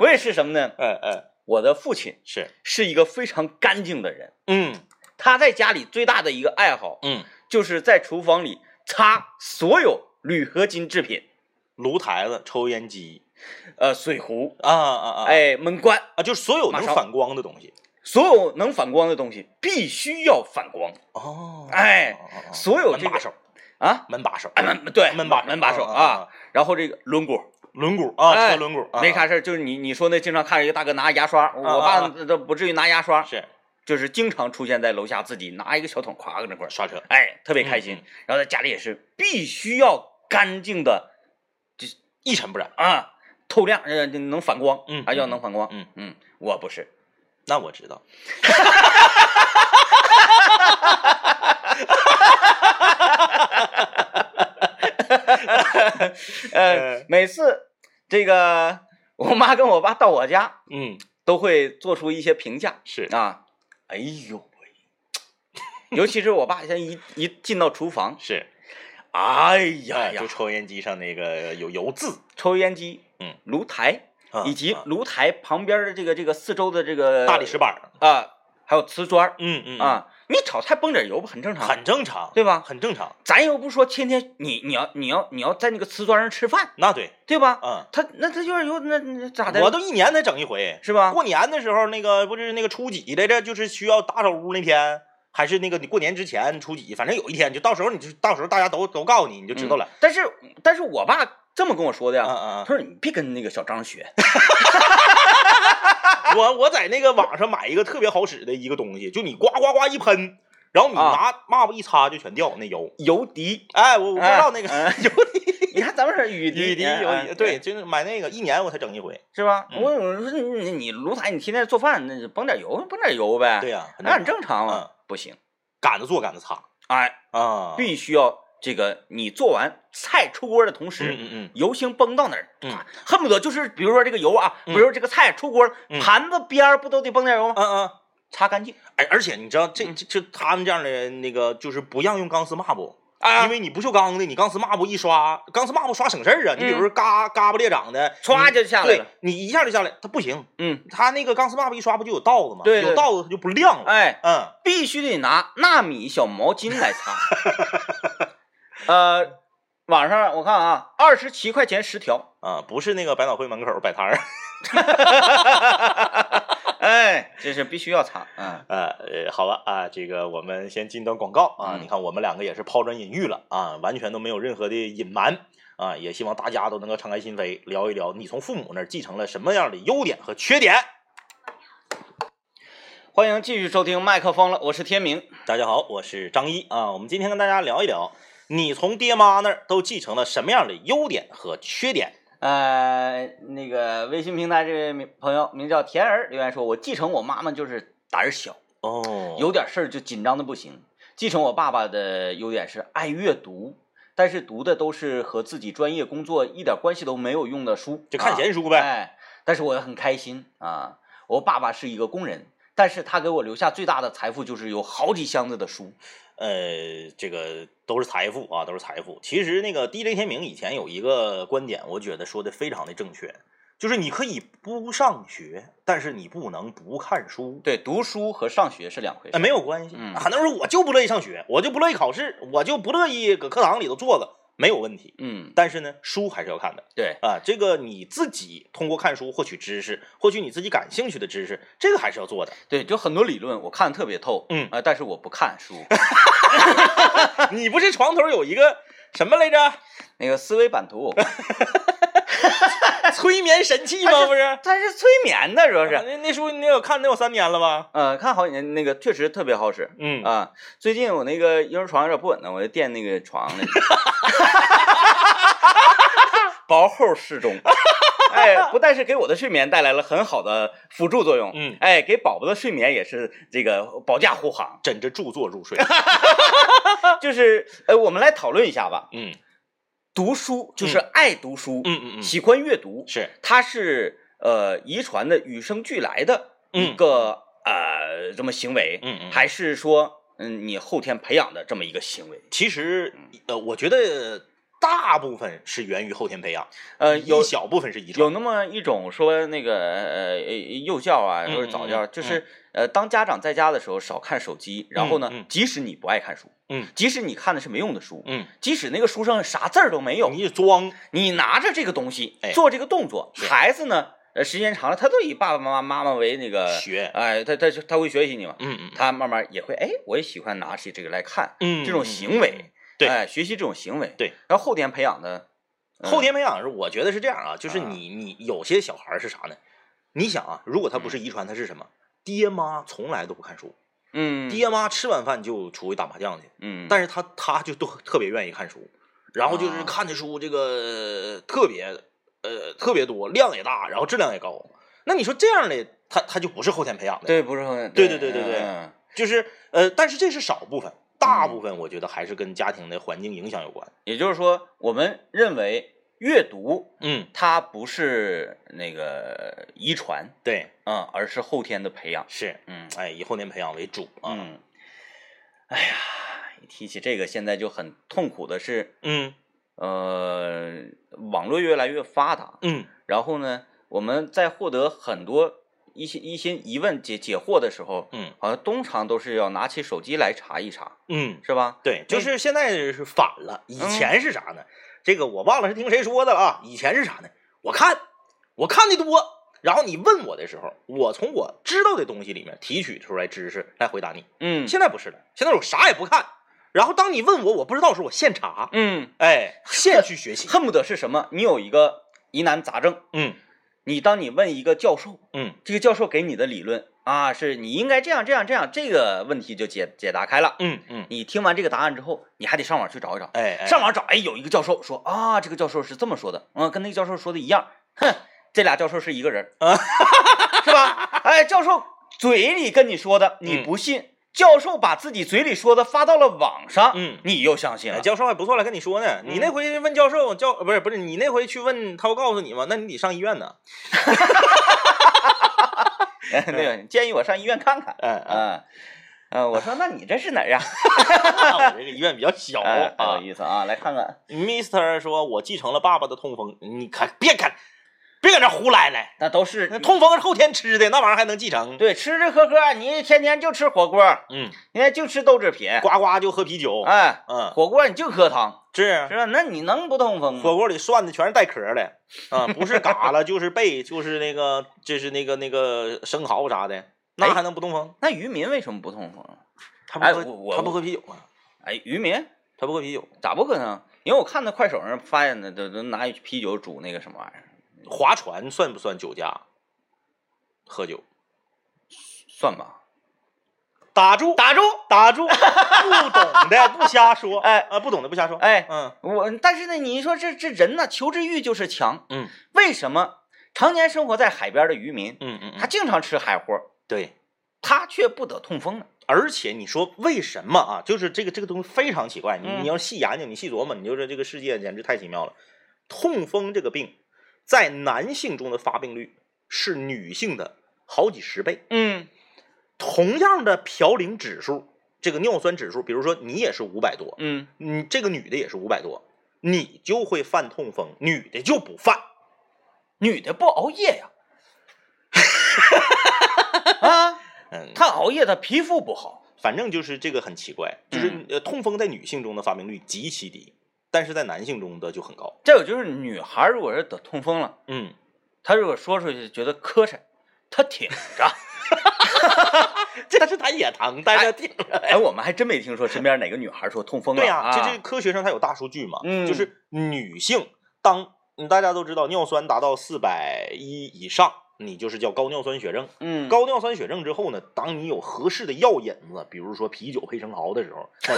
[SPEAKER 1] 我也是什么呢？
[SPEAKER 2] 嗯嗯
[SPEAKER 1] 我的父亲
[SPEAKER 2] 是，
[SPEAKER 1] 是一个非常干净的人，
[SPEAKER 2] 嗯
[SPEAKER 1] 他在家里最大的一个爱好
[SPEAKER 2] 嗯，
[SPEAKER 1] 就是在厨房里擦所有铝合金制品，
[SPEAKER 2] 炉台子、抽烟机
[SPEAKER 1] 呃，水壶，
[SPEAKER 2] 啊啊啊，
[SPEAKER 1] 哎，闷罐，
[SPEAKER 2] 啊，就是所有能
[SPEAKER 1] 马上
[SPEAKER 2] 反光的东西。
[SPEAKER 1] 所有能反光的东西必须要反光。
[SPEAKER 2] 哦，
[SPEAKER 1] 哎
[SPEAKER 2] 哦，哦哦
[SPEAKER 1] 所有这
[SPEAKER 2] 门把
[SPEAKER 1] 个
[SPEAKER 2] 手，
[SPEAKER 1] 啊，
[SPEAKER 2] 门把手，
[SPEAKER 1] 哎门对
[SPEAKER 2] 门把
[SPEAKER 1] 门把手啊，，然后这个轮毂
[SPEAKER 2] 轮毂啊，
[SPEAKER 1] 哎
[SPEAKER 2] 车轮毂，啊
[SPEAKER 1] 没啥事儿，就是你你说那经常看着一个大哥拿牙刷，我
[SPEAKER 2] 啊
[SPEAKER 1] 爸
[SPEAKER 2] 啊
[SPEAKER 1] 都不至于拿牙刷，
[SPEAKER 2] 是
[SPEAKER 1] 就是经常出现在楼下自己拿一个小桶咵搁那块儿，
[SPEAKER 2] 刷车，
[SPEAKER 1] 哎，特别开
[SPEAKER 2] 嗯
[SPEAKER 1] 心。然后在家里也是必须要干净的
[SPEAKER 2] 一尘不染。
[SPEAKER 1] 啊，透亮，呃，能反光，
[SPEAKER 2] 嗯
[SPEAKER 1] 啊，要
[SPEAKER 2] 嗯
[SPEAKER 1] 能反光，
[SPEAKER 2] 嗯
[SPEAKER 1] 嗯，我不 是，
[SPEAKER 2] 那我知道，
[SPEAKER 1] 呃
[SPEAKER 2] 呃，
[SPEAKER 1] 每次这个我妈跟我爸到我家
[SPEAKER 2] 嗯，
[SPEAKER 1] 都会做出一些评价，
[SPEAKER 2] 是
[SPEAKER 1] 啊，哎呦喂，尤其是我爸现在一一进到厨房，
[SPEAKER 2] 是，
[SPEAKER 1] 哎呀
[SPEAKER 2] 哎，
[SPEAKER 1] 呀
[SPEAKER 2] 就，抽烟机上那个有油渍，
[SPEAKER 1] 抽烟机，
[SPEAKER 2] 嗯，
[SPEAKER 1] 炉台
[SPEAKER 2] 啊
[SPEAKER 1] 以及
[SPEAKER 2] 啊
[SPEAKER 1] 炉台旁边的这个这个四周的这个
[SPEAKER 2] 大理石板儿，
[SPEAKER 1] 啊，还有瓷砖儿
[SPEAKER 2] 嗯嗯，
[SPEAKER 1] 啊，你炒菜崩点油不很正常，
[SPEAKER 2] 很正常，
[SPEAKER 1] 对吧？
[SPEAKER 2] 很正常。
[SPEAKER 1] 咱又不说天天你你要你要你要在那个瓷砖上吃饭，
[SPEAKER 2] 那对，
[SPEAKER 1] 对吧？
[SPEAKER 2] 嗯，
[SPEAKER 1] 他那他就是有那那咋的？
[SPEAKER 2] 我都一年才整一回。
[SPEAKER 1] 是吧？
[SPEAKER 2] 过年的时候，那个不是那个初几来着，就是需要打扫屋那天，还是那个你过年之前初几，反正有一天，就到时候你就到时候大家都都告诉你，你就知道了。
[SPEAKER 1] 但是但是我爸这么跟我说的呀，
[SPEAKER 2] 嗯嗯
[SPEAKER 1] 他说你别跟那个小张学，
[SPEAKER 2] 嗯，我我在那个网上买一个特别好使的一个东西，就你呱呱呱一喷，然后你拿抹布一擦就全掉那油。
[SPEAKER 1] 油滴，
[SPEAKER 2] 啊哎，我我不知道那个
[SPEAKER 1] 哎哎
[SPEAKER 2] 油
[SPEAKER 1] 你看咱们是雨滴，
[SPEAKER 2] 雨滴
[SPEAKER 1] 哎
[SPEAKER 2] 油
[SPEAKER 1] 哎
[SPEAKER 2] 滴，对，就是买那个一年我才整一回。
[SPEAKER 1] 是吧？
[SPEAKER 2] 嗯
[SPEAKER 1] 我我说你你炉台你天天做饭，那就崩点油，崩点油呗，
[SPEAKER 2] 对啊呀，
[SPEAKER 1] 那很
[SPEAKER 2] 正
[SPEAKER 1] 正
[SPEAKER 2] 常
[SPEAKER 1] 常嘛。
[SPEAKER 2] 嗯
[SPEAKER 1] 不行，
[SPEAKER 2] 赶着做赶着擦
[SPEAKER 1] 哎，
[SPEAKER 2] 啊。
[SPEAKER 1] 必须要这个你做完菜出锅的同
[SPEAKER 2] 嗯
[SPEAKER 1] 时，
[SPEAKER 2] 嗯嗯，
[SPEAKER 1] 油星崩到哪儿，
[SPEAKER 2] 嗯
[SPEAKER 1] 啊恨不得就是比如说这个油啊，比
[SPEAKER 2] 嗯
[SPEAKER 1] 如说这个菜出锅，
[SPEAKER 2] 嗯
[SPEAKER 1] 盘子边儿不都得崩点油吗？
[SPEAKER 2] 嗯嗯。
[SPEAKER 1] 擦干净
[SPEAKER 2] 哎，而且你知道这这这他们这样的人那个就是不让用钢丝抹布，
[SPEAKER 1] 啊
[SPEAKER 2] 因，为你不锈钢的，你钢丝抹布一刷，钢丝抹布刷省事儿啊。你比如
[SPEAKER 1] 嗯
[SPEAKER 2] 说嘎嘎巴裂掌的，
[SPEAKER 1] 歘
[SPEAKER 2] 你
[SPEAKER 1] 就下来
[SPEAKER 2] 对
[SPEAKER 1] 了。
[SPEAKER 2] 你一下就下来，它不行，
[SPEAKER 1] 嗯，
[SPEAKER 2] 它那个钢丝抹布一刷不就有道子吗？
[SPEAKER 1] 对对
[SPEAKER 2] 有道子它就不亮了。
[SPEAKER 1] 哎，
[SPEAKER 2] 嗯，
[SPEAKER 1] 必须得拿纳米小毛巾来擦。呃，网上我看啊，二十七块钱十条，
[SPEAKER 2] 啊，不是那个百脑汇门口摆摊儿，
[SPEAKER 1] 哎，这是必须要擦，嗯，
[SPEAKER 2] 呃呃，好了啊，这个我们先进段广告啊，
[SPEAKER 1] 嗯
[SPEAKER 2] 你看我们两个也是抛砖引玉了啊，完全都没有任何的隐瞒啊，也希望大家都能够敞开心扉聊一聊，你从父母那儿继承了什么样的优点和缺点。
[SPEAKER 1] 欢迎继续收听麦克风了，我是天明，
[SPEAKER 2] 大家好，我是张一啊，我们今天跟大家聊一聊，你从爹妈那儿都继承了什么样的优点和缺点。
[SPEAKER 1] 呃，那个微信平台这位名朋友名叫田儿留言说，我继承我妈妈就是胆儿小，
[SPEAKER 2] 哦
[SPEAKER 1] 有点事儿就紧张的不行。继承我爸爸的优点是爱阅读，但是读的都是和自己专业工作一点关系都没有用的书，
[SPEAKER 2] 就看
[SPEAKER 1] 啊
[SPEAKER 2] 闲书呗
[SPEAKER 1] 哎，但是我很开心啊！我爸爸是一个工人，但是他给我留下最大的财富就是有好几箱子的书。
[SPEAKER 2] 呃，这个都是财富啊，都是财富。其实那个 DJ 天明以前有一个观点，我觉得说的非常的正确，就是你可以不上学，但是你不能不看书。
[SPEAKER 1] 对，读书和上学是两回事。
[SPEAKER 2] 哎，没有关系。
[SPEAKER 1] 嗯
[SPEAKER 2] 很多人说我就不乐意上学，我就不乐意考试，我就不乐意搁课堂里头坐着，没有问题。
[SPEAKER 1] 嗯，
[SPEAKER 2] 但是呢，书还是要看的
[SPEAKER 1] 对，
[SPEAKER 2] 啊。这个你自己通过看书获取知识，获取你自己感兴趣的知识，这个还是要做 的。
[SPEAKER 1] 对，就很多理论我看的特别透，
[SPEAKER 2] 嗯
[SPEAKER 1] 啊、但是我不看 书。
[SPEAKER 2] 你不是床头有一个什么来着？
[SPEAKER 1] 那个思维版图我不看，
[SPEAKER 2] 催眠神器
[SPEAKER 1] 它
[SPEAKER 2] 吗？
[SPEAKER 1] 是
[SPEAKER 2] 不 是。
[SPEAKER 1] 它是催眠的，主要
[SPEAKER 2] 啊
[SPEAKER 1] 是。
[SPEAKER 2] 那那书你有看得有三年了吧？
[SPEAKER 1] 呃，看好几年，那个确实特别好使。
[SPEAKER 2] 嗯
[SPEAKER 1] 啊，最近我那个婴儿床有点不稳呢，我就垫那个床了， 薄厚适中。哎，不但是给我的睡眠带来了很好的辅助作用，
[SPEAKER 2] 嗯
[SPEAKER 1] 哎，给宝宝的睡眠也是这个保驾护航。
[SPEAKER 2] 枕着著 作入睡。
[SPEAKER 1] 就是，呃，我们来讨论一下吧。
[SPEAKER 2] 嗯
[SPEAKER 1] 读书就是爱读书，
[SPEAKER 2] 嗯嗯嗯，
[SPEAKER 1] 喜欢阅读，
[SPEAKER 2] 是
[SPEAKER 1] 它是呃遗传的与生俱来的一
[SPEAKER 2] 嗯
[SPEAKER 1] 个、呃这么行为，
[SPEAKER 2] 嗯嗯
[SPEAKER 1] 还是说嗯你后天培养的这么一个行为？
[SPEAKER 2] 其实呃，我觉得大部分是源于后天培养，
[SPEAKER 1] 呃，有
[SPEAKER 2] 一小部分是遗
[SPEAKER 1] 有
[SPEAKER 2] 传。
[SPEAKER 1] 那么一种说那个呃幼教啊，
[SPEAKER 2] 嗯
[SPEAKER 1] 或者早教，
[SPEAKER 2] 嗯嗯
[SPEAKER 1] 就是呃当家长在家的时候少看手机，然后呢，
[SPEAKER 2] 嗯嗯
[SPEAKER 1] 即使你不爱看书，
[SPEAKER 2] 嗯，
[SPEAKER 1] 即使你看的是没用的书，
[SPEAKER 2] 嗯，
[SPEAKER 1] 即使那个书上啥字儿都没有，
[SPEAKER 2] 你装
[SPEAKER 1] 你拿着这个东西
[SPEAKER 2] 哎
[SPEAKER 1] 做这个动作，
[SPEAKER 2] 是
[SPEAKER 1] 孩子呢，呃时间长了，他都以爸爸妈妈妈妈为那个
[SPEAKER 2] 学
[SPEAKER 1] 哎，他他他会学习你嘛，
[SPEAKER 2] 嗯嗯
[SPEAKER 1] 他慢慢也会哎，我也喜欢拿起这个来看，
[SPEAKER 2] 嗯，
[SPEAKER 1] 这种行为，
[SPEAKER 2] 对
[SPEAKER 1] 哎，学习这种行为，
[SPEAKER 2] 对，
[SPEAKER 1] 然后后天培养的，嗯
[SPEAKER 2] 后天培养是，我觉得是这样啊，就是
[SPEAKER 1] 啊
[SPEAKER 2] 你你有些小孩儿是啥呢？你想啊，如果他不是遗传，他是什么？爹妈从来都不看书，
[SPEAKER 1] 嗯，
[SPEAKER 2] 爹妈吃完饭就出去打麻将去，
[SPEAKER 1] 嗯，
[SPEAKER 2] 但是他他就都特别愿意看书，然后就是
[SPEAKER 1] 啊
[SPEAKER 2] 看的书这个特别呃特别多，量也大，然后质量也高。那你说这样的他他就不是后天培养的，
[SPEAKER 1] 对，不是很
[SPEAKER 2] 对对对对对
[SPEAKER 1] 嗯
[SPEAKER 2] 就是呃，但是这是少部分，大部分我觉得还是跟家庭的环境影响有关。
[SPEAKER 1] 也就是说，我们认为阅读
[SPEAKER 2] 嗯，
[SPEAKER 1] 它不是那个遗传，
[SPEAKER 2] 对，
[SPEAKER 1] 嗯，而是后天的培养，
[SPEAKER 2] 是，
[SPEAKER 1] 嗯
[SPEAKER 2] 哎，以后天培养为主啊。
[SPEAKER 1] 嗯，哎呀，一提起这个，现在就很痛苦的是，
[SPEAKER 2] 嗯
[SPEAKER 1] 呃，网络越来越发达，
[SPEAKER 2] 嗯
[SPEAKER 1] 然后呢，我们在获得很多一些一些疑问解解惑的时候，
[SPEAKER 2] 嗯
[SPEAKER 1] 好像通常都是要拿起手机来查一查，
[SPEAKER 2] 嗯，
[SPEAKER 1] 是吧？
[SPEAKER 2] 对，就
[SPEAKER 1] 那
[SPEAKER 2] 是现在是反了，以
[SPEAKER 1] 哎嗯
[SPEAKER 2] 前是啥呢？这个我忘了是听谁说的了啊。以前是啥呢？我看我看的多，然后你问我的时候，我从我知道的东西里面提取出来知识来回答你。
[SPEAKER 1] 嗯
[SPEAKER 2] 现在不是了，现在我啥也不看，然后当你问我我不知道的时候，我现查，
[SPEAKER 1] 嗯，
[SPEAKER 2] 哎，现 去学习。
[SPEAKER 1] 恨不得是什么？你有一个疑难杂症，
[SPEAKER 2] 嗯
[SPEAKER 1] 你当你问一个教授，
[SPEAKER 2] 嗯
[SPEAKER 1] 这个教授给你的理论啊，是你应该这样这样这样，这个问题就解解答开了。
[SPEAKER 2] 嗯嗯，
[SPEAKER 1] 你听完这个答案之后，你还得上网去找一找，
[SPEAKER 2] 哎哎，
[SPEAKER 1] 上网找，哎，有一个教授说啊，这个教授是这么说的，嗯，跟那个教授说的一样，哼，这俩教授是一个人
[SPEAKER 2] 啊
[SPEAKER 1] 儿，是吧？哎，教授嘴里跟你说的，你
[SPEAKER 2] 嗯
[SPEAKER 1] 不信，教授把自己嘴里说的发到了网上，
[SPEAKER 2] 嗯
[SPEAKER 1] 你又相信
[SPEAKER 2] 哎
[SPEAKER 1] 了， 嗯
[SPEAKER 2] 教授还不错了，跟你说呢。你那回问教授，教呃不是不是你那回去问，他不告诉你吗？那你得上医院呢。
[SPEAKER 1] 哎那个建议我上医院看 看，
[SPEAKER 2] 哎哎，
[SPEAKER 1] 啊，呃，我说那你这是哪儿啊？
[SPEAKER 2] 我这个医院比较小
[SPEAKER 1] 哎
[SPEAKER 2] 啊
[SPEAKER 1] 有，意思啊，来看看，
[SPEAKER 2] Mister 说：“我继承了爸爸的痛风，你看别看，别搁那胡来来。
[SPEAKER 1] 那都是
[SPEAKER 2] 那痛风是后天吃的，那玩意儿还能继承？
[SPEAKER 1] 对吃吃喝喝，你天天就吃火锅，
[SPEAKER 2] 嗯，
[SPEAKER 1] 你看就吃豆制品，
[SPEAKER 2] 呱呱就喝啤酒，
[SPEAKER 1] 哎，
[SPEAKER 2] 嗯，
[SPEAKER 1] 火锅你就喝汤，是
[SPEAKER 2] 是
[SPEAKER 1] 吧？
[SPEAKER 2] 啊
[SPEAKER 1] 那你能不痛风吗？
[SPEAKER 2] 火锅里涮的全是带壳儿的 啊，不是嘎了就是贝，就是那个就是那个那个生蚝啥的，那
[SPEAKER 1] 哎
[SPEAKER 2] 还能不痛风？
[SPEAKER 1] 那渔民为什么不痛风？
[SPEAKER 2] 他
[SPEAKER 1] 哎
[SPEAKER 2] 不
[SPEAKER 1] 我
[SPEAKER 2] 喝
[SPEAKER 1] 我
[SPEAKER 2] 他不喝啤酒吗？
[SPEAKER 1] 哎，渔民
[SPEAKER 2] 他不喝啤酒，
[SPEAKER 1] 咋不喝呢？因为我看那快手上发现的都都拿啤酒煮那个什么玩意儿，
[SPEAKER 2] 划船算不算酒驾？喝酒，
[SPEAKER 1] 算吧。
[SPEAKER 2] 打住，
[SPEAKER 1] 打住！
[SPEAKER 2] 打住，不懂的不瞎说，
[SPEAKER 1] 哎
[SPEAKER 2] 啊，不懂的不瞎说，
[SPEAKER 1] 哎，
[SPEAKER 2] 嗯
[SPEAKER 1] 我但是呢，你说这这人呐，求知欲就是强。
[SPEAKER 2] 嗯
[SPEAKER 1] 为什么常年生活在海边的渔民，
[SPEAKER 2] 嗯嗯
[SPEAKER 1] 他
[SPEAKER 2] 嗯，
[SPEAKER 1] 经常吃海货，
[SPEAKER 2] 对。
[SPEAKER 1] 他却不得痛风呢？
[SPEAKER 2] 而且你说为什么啊？就是这个这个东西非常奇怪，你
[SPEAKER 1] 嗯
[SPEAKER 2] 你要细研究，你细琢磨，你就是这个世界简直太奇妙了。痛风这个病，在男性中的发病率是女性的好几十倍。
[SPEAKER 1] 嗯
[SPEAKER 2] 同样的嘌呤指数，这个尿酸指数，比如说你也是五百多，
[SPEAKER 1] 嗯，
[SPEAKER 2] 你这个女的也是五百多，你就会犯痛风，女的就不犯。
[SPEAKER 1] 女的不熬夜 呀、啊，
[SPEAKER 2] 嗯，
[SPEAKER 1] 她熬夜她皮肤不好。
[SPEAKER 2] 反正就是这个很奇怪，就是
[SPEAKER 1] 嗯
[SPEAKER 2] 呃，痛风在女性中的发病率极其低，但是在男性中的就很高。
[SPEAKER 1] 再有就是女孩如果是得痛风了，
[SPEAKER 2] 嗯。
[SPEAKER 1] 她如果说出去觉得磕碜，她挺着。
[SPEAKER 2] 这是他也疼，但是挺
[SPEAKER 1] 哎，我们还真没听说身边哪个女孩说痛风了。
[SPEAKER 2] 对呀、
[SPEAKER 1] 啊，
[SPEAKER 2] 这这科学上它有大数据嘛，
[SPEAKER 1] 嗯
[SPEAKER 2] 就是女性当嗯大家都知道尿酸达到四百一以上，你就是叫高尿酸血症。
[SPEAKER 1] 嗯，
[SPEAKER 2] 高尿酸血症之后呢，当你有合适的药引子，比如说啤酒配生蚝的时候，那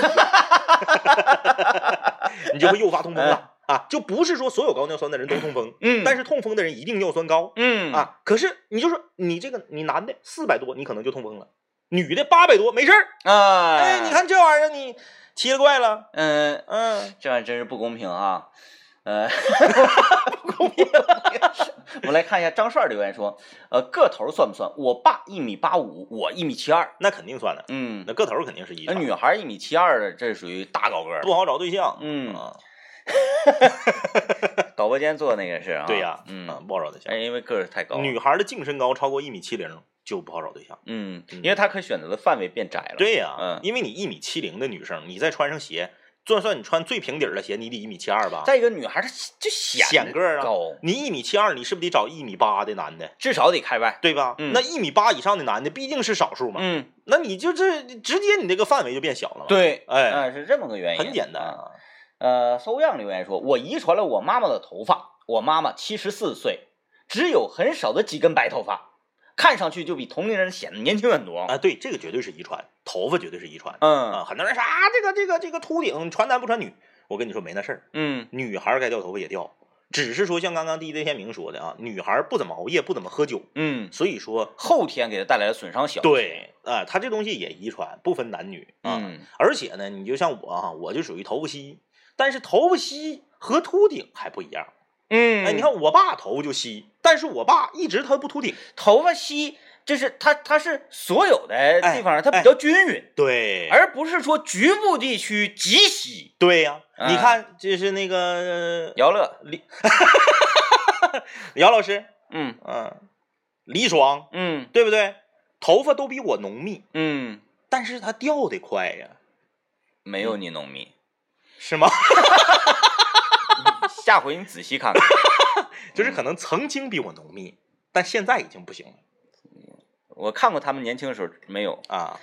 [SPEAKER 2] 你 就你就会 诱发痛风了啊！就不是说所有高尿酸的人都痛风，
[SPEAKER 1] 嗯，
[SPEAKER 2] 但
[SPEAKER 1] 是
[SPEAKER 2] 是痛风的人一定尿酸高。
[SPEAKER 1] 嗯，
[SPEAKER 2] 啊，可是你就说你这个你男的四百多，你可能就痛风了；女的八百多没事儿，
[SPEAKER 1] 啊，
[SPEAKER 2] 哎，你，看这玩意儿，你奇了怪了，
[SPEAKER 1] 嗯、
[SPEAKER 2] 嗯，
[SPEAKER 1] 这玩意儿真是不公平啊！ 呃，不公平。 我们来看一下张帅留言说，呃，个头算不算？我爸一米八五，我一米七二。
[SPEAKER 2] 那肯定算的，
[SPEAKER 1] 嗯
[SPEAKER 2] 那，个头儿肯定是一
[SPEAKER 1] 那
[SPEAKER 2] 常，
[SPEAKER 1] 女孩一米七二的，这属于大高个儿。
[SPEAKER 2] 不好找对象，
[SPEAKER 1] 嗯，
[SPEAKER 2] 啊，
[SPEAKER 1] 导播间做的那个是啊。
[SPEAKER 2] 对呀，啊
[SPEAKER 1] 嗯，
[SPEAKER 2] 不好找对象
[SPEAKER 1] 哎，，因为个儿太高了。
[SPEAKER 2] 女孩的净身高超过一米七零就不好找对象，
[SPEAKER 1] 嗯，
[SPEAKER 2] 嗯
[SPEAKER 1] 因为她可选择的范围变窄了。，
[SPEAKER 2] 对呀，
[SPEAKER 1] 嗯
[SPEAKER 2] 因为你一米七零的女生，你再穿上鞋，就算你穿最平底儿的鞋，你得一米七二吧，
[SPEAKER 1] 再一个女孩她就显
[SPEAKER 2] 显个儿啊
[SPEAKER 1] 高，
[SPEAKER 2] 你一米七二，你是不是得找一米八的男的？
[SPEAKER 1] 至少得开外。
[SPEAKER 2] 对吧？
[SPEAKER 1] 嗯
[SPEAKER 2] 那一米八以上的男的毕竟是少数嘛，
[SPEAKER 1] 嗯，
[SPEAKER 2] 那你就这直接你这个范围就变小了嘛。，
[SPEAKER 1] 对，
[SPEAKER 2] 哎
[SPEAKER 1] 啊是这么个原因。
[SPEAKER 2] 很简单
[SPEAKER 1] 啊。呃，搜样留言说，我遗传了我妈妈的头发，我妈妈七十四岁，只有很少的几根白头发，看上去就比同龄人显得年轻很多。
[SPEAKER 2] 啊。对，这个绝对是遗传，头发绝对是遗传。啊，
[SPEAKER 1] 嗯
[SPEAKER 2] 很多人说啊，这个这个这个秃顶传男不传女，我跟你说没那事儿，
[SPEAKER 1] 嗯
[SPEAKER 2] 女孩儿该掉头发也掉，只是说像刚刚 DJ 天明说的啊，女孩儿不怎么熬夜，不怎么喝酒，
[SPEAKER 1] 嗯，
[SPEAKER 2] 所以说
[SPEAKER 1] 后天给她带来的损伤小。，
[SPEAKER 2] 对啊、她这东西也遗传，不分男女啊。
[SPEAKER 1] 嗯
[SPEAKER 2] 而且呢，你就像我啊，我就属于头发稀，但是头发稀和秃顶还不一样。
[SPEAKER 1] 嗯
[SPEAKER 2] 哎，你看我爸头发就稀，但是我爸一直他不秃顶。
[SPEAKER 1] 头发稀，就是它它是所有的地方、
[SPEAKER 2] 哎
[SPEAKER 1] 它比较均匀，
[SPEAKER 2] 对，
[SPEAKER 1] 而不是说局部地区极稀。
[SPEAKER 2] 对呀、你
[SPEAKER 1] 嗯
[SPEAKER 2] 看就是那个呃
[SPEAKER 1] 姚乐，
[SPEAKER 2] 姚老师，
[SPEAKER 1] 嗯
[SPEAKER 2] 嗯、李爽。
[SPEAKER 1] 嗯
[SPEAKER 2] 对不对？头发都比我浓密，
[SPEAKER 1] 嗯，
[SPEAKER 2] 但是它掉的快呀，
[SPEAKER 1] 没有你浓密，
[SPEAKER 2] 是吗？ 嗯
[SPEAKER 1] 下回你仔细看看。
[SPEAKER 2] 就是可能曾经比我浓密，但现在已经不行了
[SPEAKER 1] 我看过他们年轻的时候没有，
[SPEAKER 2] 啊！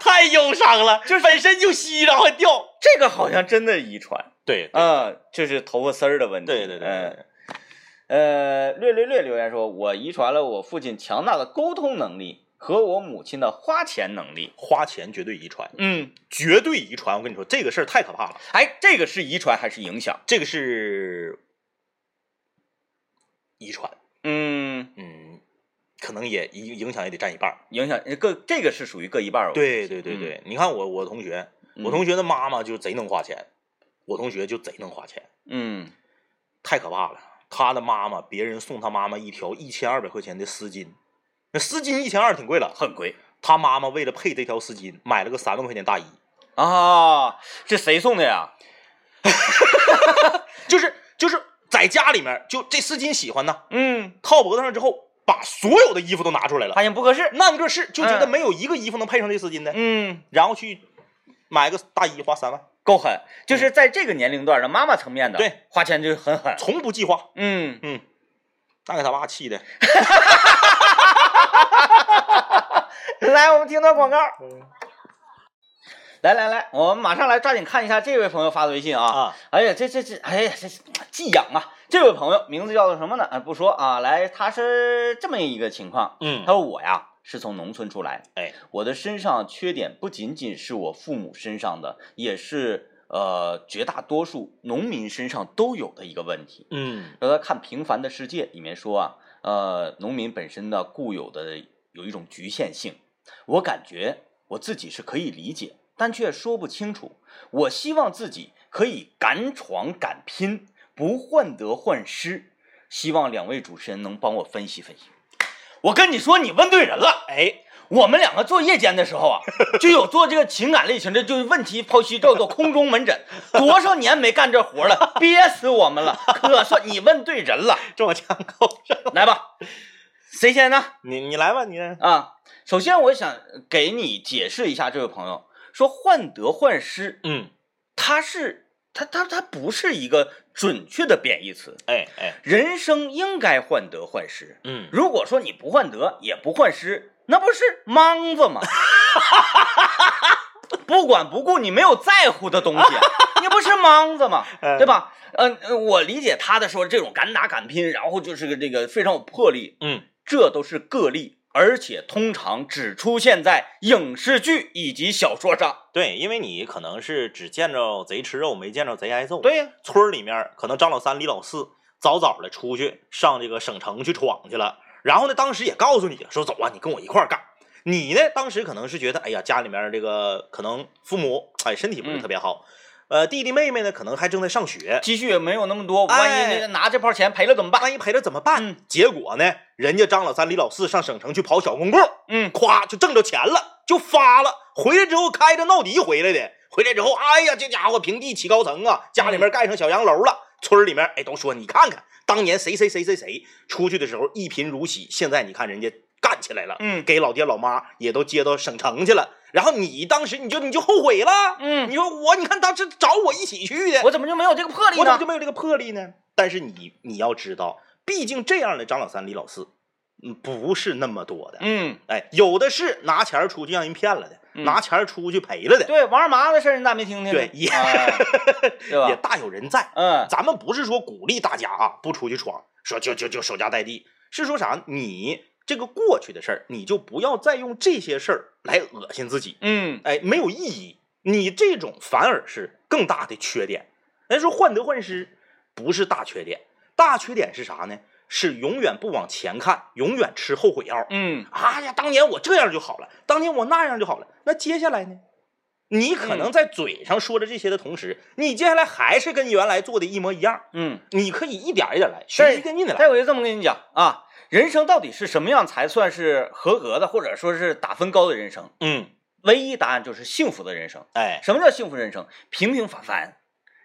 [SPEAKER 2] 太忧伤了，就是本身就稀，然后还掉。
[SPEAKER 1] 这个好像真的遗传
[SPEAKER 2] 对，
[SPEAKER 1] 啊，就是头发丝儿的问题。
[SPEAKER 2] 对对对对，
[SPEAKER 1] 嗯呃，略略略留言说，我遗传了我父亲强大的沟通能力和我母亲的花钱能力。
[SPEAKER 2] 花钱绝对遗传，
[SPEAKER 1] 嗯，
[SPEAKER 2] 绝对遗传。我跟你说，这个事儿太可怕了，
[SPEAKER 1] 哎，这个是遗传还是影响？
[SPEAKER 2] 这个是遗传，
[SPEAKER 1] 嗯，
[SPEAKER 2] 嗯，可能也影影响也得占一半儿。
[SPEAKER 1] 影响呃各这个是属于各一半儿。，哦嗯
[SPEAKER 2] 对对对对，你看我我同学，我同学的妈妈就贼能花钱，我同学就贼能花钱，
[SPEAKER 1] 嗯，
[SPEAKER 2] 太可怕了。他的妈妈，别人送他妈妈一条一千二百块钱的丝巾，那丝巾一千二挺贵了。
[SPEAKER 1] 很贵
[SPEAKER 2] 他妈妈为了配这条丝巾，买了个三万块钱大衣，
[SPEAKER 1] 啊！这谁送的呀？
[SPEAKER 2] 就是就是在家里面就这丝巾喜欢呢，
[SPEAKER 1] 嗯，
[SPEAKER 2] 套脖子上之后，把所有的衣服都拿出来了，
[SPEAKER 1] 发现不合适，
[SPEAKER 2] 按个试，就觉得
[SPEAKER 1] 嗯
[SPEAKER 2] 没有一个衣服能配上这丝巾的，
[SPEAKER 1] 嗯，
[SPEAKER 2] 然后去买个大衣花三万，
[SPEAKER 1] 够狠，就是在这个年龄段的妈妈层面的，
[SPEAKER 2] 对，
[SPEAKER 1] 花钱就很狠，
[SPEAKER 2] 从不计划，
[SPEAKER 1] 嗯，
[SPEAKER 2] 嗯，那给他爸气的，
[SPEAKER 1] 来，我们听段广告。来来来，我们马上来抓紧看一下这位朋友发的微信啊！
[SPEAKER 2] 啊，
[SPEAKER 1] 哎呀，这这这，哎呀，这寄养啊！这位朋友名字叫做什么呢？啊，不说啊，来，他是这么一个情况，
[SPEAKER 2] 嗯
[SPEAKER 1] 他，说我呀是从农村出来，
[SPEAKER 2] 哎，
[SPEAKER 1] 我的身上缺点不仅仅是我父母身上的，也是呃绝大多数农民身上都有的一个问题。
[SPEAKER 2] 嗯，
[SPEAKER 1] 然后他看《平凡的世界》里面说啊，呃，农民本身的固有的有一种局限性，我感觉我自己是可以理解，但却说不清楚。我希望自己可以敢闯敢拼，不患得患失。希望两位主持人能帮我分析分析。我跟你说，你问对人了。
[SPEAKER 2] 哎，
[SPEAKER 1] 我们两个做夜间的时候啊，就有做这个情感类型的，就是问题剖析，叫做空中门诊。多少年没干这活了，憋死我们了。可算你问对人了，
[SPEAKER 2] 这么呛口上，
[SPEAKER 1] 来吧，谁先呢？
[SPEAKER 2] 你你来吧，你
[SPEAKER 1] 啊，首先我想给你解释一下，这位朋友说患得患失，
[SPEAKER 2] 嗯，
[SPEAKER 1] 它是它它它不是一个准确的贬义词。
[SPEAKER 2] 哎哎，
[SPEAKER 1] 人生应该患得患失，
[SPEAKER 2] 嗯，
[SPEAKER 1] 如果说你不患得也不患失，那不是莽子吗？不管不顾，你没有在乎的东西，啊你不是莽子吗？
[SPEAKER 2] 嗯
[SPEAKER 1] 对吧？嗯、呃，我理解他的说这种敢打敢拼，然后就是个这个非常有魄力，
[SPEAKER 2] 嗯，
[SPEAKER 1] 这都是个例，而且通常只出现在影视剧以及小说上。
[SPEAKER 2] 对，因为你可能是只见着贼吃肉，没见着贼挨揍。，
[SPEAKER 1] 对呀、
[SPEAKER 2] 村儿里面儿可能张老三、李老四早早的出去上这个省城去闯去了，然后呢，当时也告诉你说走啊，你跟我一块儿干。你呢，当时可能是觉得，哎呀，家里面这个可能父母哎身体不是特别好，呃，弟弟妹妹呢可能还正在上学，
[SPEAKER 1] 积蓄也没有那么多，
[SPEAKER 2] 哎
[SPEAKER 1] 万一那个拿这泡钱赔了怎么办？
[SPEAKER 2] 万一赔了怎么办？
[SPEAKER 1] 嗯
[SPEAKER 2] 结果呢，人家张老三、李老四上省城去跑小公共，
[SPEAKER 1] 嗯，
[SPEAKER 2] 咵就挣着钱了，就发了。回来之后开着奥迪回来的，回来之后，哎呀，这家伙平地起高层啊，家里
[SPEAKER 1] 嗯
[SPEAKER 2] 面盖上小洋楼了。村儿里面哎都说，你看看当年谁谁谁谁谁出去的时候一贫如洗，现在你看人家干起来了，
[SPEAKER 1] 嗯
[SPEAKER 2] 给老爹老妈也都接到省城去了。然后你当时你就你就后悔了，
[SPEAKER 1] 嗯
[SPEAKER 2] 你说我你看当时找我一起去的，
[SPEAKER 1] 我怎么就没有这个魄力
[SPEAKER 2] 我怎么
[SPEAKER 1] 呢
[SPEAKER 2] 就？没有这个魄力呢？但是你你要知道，毕竟这样的张老三、李老四，嗯，不是那么多的，
[SPEAKER 1] 嗯，
[SPEAKER 2] 哎，有的是拿钱儿出去让人骗了的，
[SPEAKER 1] 嗯
[SPEAKER 2] 拿钱儿出去赔了的，
[SPEAKER 1] 对，王二麻的事儿你咋没听听呢？
[SPEAKER 2] 对也
[SPEAKER 1] 哎对吧？
[SPEAKER 2] 也大有人在。
[SPEAKER 1] 嗯
[SPEAKER 2] 咱们不是说鼓励大家啊不出去闯，说就就就守家待地，是说啥？你这个过去的事儿，你就不要再用这些事儿来恶心自己，
[SPEAKER 1] 嗯
[SPEAKER 2] 哎，没有意义。你这种反而是更大的缺点。人家说患得患失不是大缺点，大缺点是啥呢？是永远不往前看，永远吃后悔药。
[SPEAKER 1] 嗯
[SPEAKER 2] 哎呀，当年我这样就好了，当年我那样就好了。那接下来呢？你可能在嘴上说着这些的同时，你接下来还是跟原来做的一模一样。
[SPEAKER 1] 嗯。
[SPEAKER 2] 你可以一点一点来，循
[SPEAKER 1] 对
[SPEAKER 2] 序渐进的来。
[SPEAKER 1] 再我就这么跟你讲啊，人生到底是什么样才算是合格的，或者说是打分高的人生？
[SPEAKER 2] 嗯，
[SPEAKER 1] 唯一答案就是幸福的人生。
[SPEAKER 2] 哎，
[SPEAKER 1] 什么叫幸福人生？平平凡凡。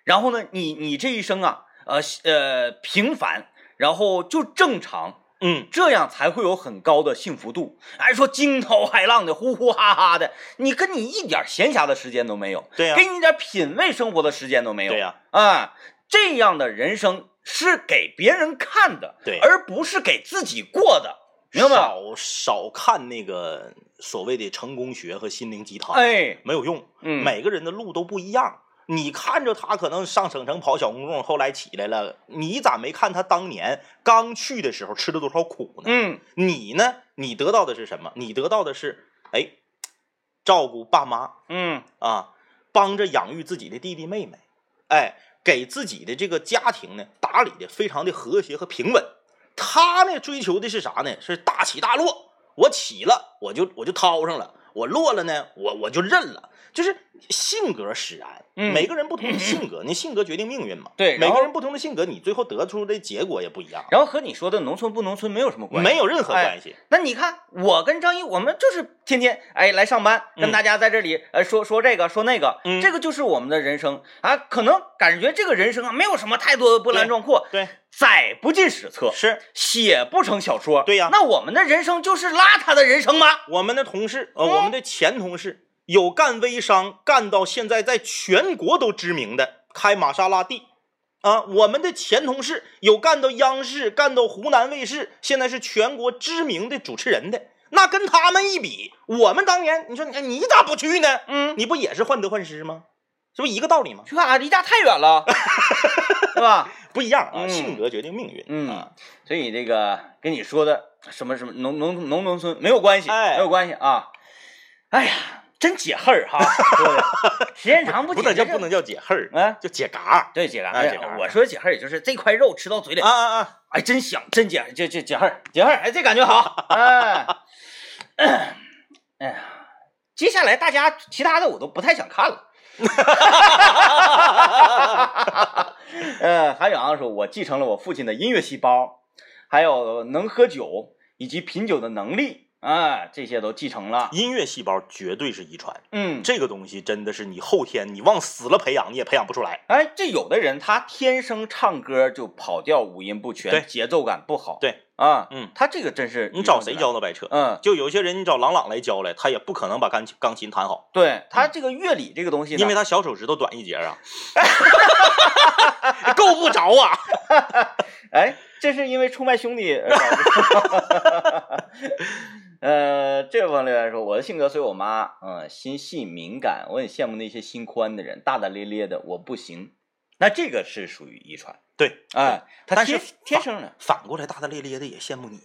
[SPEAKER 1] 然后呢，你你这一生啊，呃呃平凡，然后就正常，
[SPEAKER 2] 嗯，
[SPEAKER 1] 这样才会有很高的幸福度。哎，说惊涛骇浪的，呼呼哈哈的，你跟你一点闲暇的时间都没有，
[SPEAKER 2] 对呀、
[SPEAKER 1] 给你一点品味生活的时间都没有。
[SPEAKER 2] 对呀、
[SPEAKER 1] 啊，这样的人生是给别人看的，
[SPEAKER 2] 对
[SPEAKER 1] 而不是给自己过的，明白吗？
[SPEAKER 2] 少少看那个所谓的成功学和心灵鸡汤，
[SPEAKER 1] 哎，
[SPEAKER 2] 没有用。
[SPEAKER 1] 嗯，
[SPEAKER 2] 每个人的路都不一样。你看着他可能上省城跑小公众，后来起来了，你咋没看他当年刚去的时候吃了多少苦呢？
[SPEAKER 1] 嗯，
[SPEAKER 2] 你呢？你得到的是什么？你得到的是，哎，照顾爸妈
[SPEAKER 1] 嗯
[SPEAKER 2] 啊，帮着养育自己的弟弟妹妹，哎，给自己的这个家庭呢打理的非常的和谐和平稳。他呢追求的是啥呢？是大起大落。我起了，我就我就掏上了；我落了呢，我我就认了。就是性格使然，
[SPEAKER 1] 嗯
[SPEAKER 2] 每个人不同的性 格，你性格决定命运嘛。
[SPEAKER 1] 对然
[SPEAKER 2] 每
[SPEAKER 1] 后
[SPEAKER 2] 个人不同的性格，你最后得出的结果也不一样，
[SPEAKER 1] 然后和你说的农村不农村没有什么关系。
[SPEAKER 2] 没有任何关系。
[SPEAKER 1] 那你看，我跟张一，我们就是天天哎来上班，
[SPEAKER 2] 嗯
[SPEAKER 1] 跟大家在这里、呃说说这个说那个，
[SPEAKER 2] 嗯
[SPEAKER 1] 这个就是我们的人生啊。可能感觉这个人生啊没有什么太多的波澜壮阔，
[SPEAKER 2] 对，
[SPEAKER 1] 载不进史册，
[SPEAKER 2] 是
[SPEAKER 1] 写不成小说。
[SPEAKER 2] 对呀
[SPEAKER 1] 那我们的人生就是邋遢的人生吗？
[SPEAKER 2] 我们的同事，呃，
[SPEAKER 1] 嗯
[SPEAKER 2] 我们的前同事有干微商，干到现在在全国都知名的，开玛莎拉蒂。啊，我们的前同事有干到央视，干到湖南卫视，现在是全国知名的主持人的。那跟他们一比，我们当年，你说哎你你咋不去呢？
[SPEAKER 1] 嗯，
[SPEAKER 2] 你不也是患得患失吗？这不一个道理吗？
[SPEAKER 1] 去干啥？离家太远 了，对吧？
[SPEAKER 2] 不一样啊，
[SPEAKER 1] 嗯
[SPEAKER 2] 性格决定命运。
[SPEAKER 1] 嗯
[SPEAKER 2] 啊，
[SPEAKER 1] 所以这个跟你说的什么什么农农农农村没有关系，
[SPEAKER 2] 哎
[SPEAKER 1] 没有关系啊。哎呀，真解恨儿哈，说 的时间长不
[SPEAKER 2] 嗯不
[SPEAKER 1] 解
[SPEAKER 2] 能叫
[SPEAKER 1] 这
[SPEAKER 2] 不能叫解恨儿，
[SPEAKER 1] 啊。
[SPEAKER 2] 叫解嘎。
[SPEAKER 1] 对，解恨
[SPEAKER 2] 啊
[SPEAKER 1] 儿
[SPEAKER 2] 解恨儿
[SPEAKER 1] 我说解恨儿也就是这块肉吃到嘴里，
[SPEAKER 2] 啊啊啊！
[SPEAKER 1] 哎，真香，真解，这这解恨儿，解恨儿，哎，这感觉 好，哎，哎呀，接下来大家其他的我都不太想看了。 呃，韩小航说：“我继承了我父亲的音乐细胞，还有能喝酒以及品酒的能力啊，这些都继承了。
[SPEAKER 2] 音乐细胞绝对是遗传，
[SPEAKER 1] 嗯，
[SPEAKER 2] 这个东西真的是你后天你往死了培养，你也培养不出来。
[SPEAKER 1] 哎，这有的人他天生唱歌就跑调、五音不
[SPEAKER 2] 对
[SPEAKER 1] 全，节奏感不好。
[SPEAKER 2] 对
[SPEAKER 1] 啊，
[SPEAKER 2] 嗯
[SPEAKER 1] 他这个真是
[SPEAKER 2] 你找谁
[SPEAKER 1] 教？
[SPEAKER 2] 教都白扯。
[SPEAKER 1] 嗯，
[SPEAKER 2] 就有些人，你找郎朗来教来，他也不可能把钢琴钢琴弹好，
[SPEAKER 1] 对他这个乐理这个东西呢，
[SPEAKER 2] 嗯因为他小手指头短一 截啊， 够不着啊。
[SPEAKER 1] 哎，这是因为出卖兄弟而导致。 呃，这位朋友留言说，我的性格随我妈，嗯、心细敏感，我很羡慕那些心宽的人，大大咧咧的，我不行。那这个是属于遗传，
[SPEAKER 2] 对，
[SPEAKER 1] 哎，他
[SPEAKER 2] 但是
[SPEAKER 1] 天天生的，
[SPEAKER 2] 反过来大大咧咧的也羡慕你，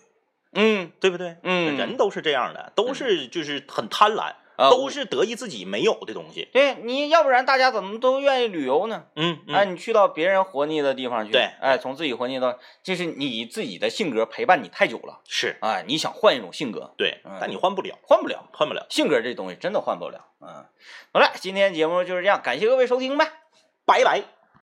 [SPEAKER 1] 嗯
[SPEAKER 2] 对不对？
[SPEAKER 1] 嗯，
[SPEAKER 2] 人都是这样的，都是就是很贪婪，
[SPEAKER 1] 啊
[SPEAKER 2] 都
[SPEAKER 1] 我
[SPEAKER 2] 是得意自己没有的东西。
[SPEAKER 1] 对你要不然大家怎么都愿意旅游呢？
[SPEAKER 2] 嗯，嗯
[SPEAKER 1] 哎，你去到别人活腻的地方去，
[SPEAKER 2] 对
[SPEAKER 1] 哎，从自己活腻到，这是你自己的性格陪伴你太久了，
[SPEAKER 2] 是
[SPEAKER 1] 哎，你想换一种性格，
[SPEAKER 2] 对
[SPEAKER 1] 嗯，
[SPEAKER 2] 但你换不了，
[SPEAKER 1] 换不了。
[SPEAKER 2] 换不了。
[SPEAKER 1] 性格这东西真的换不了。嗯，好了，今天节目就是这样，感谢各位收听呗，
[SPEAKER 2] 拜拜。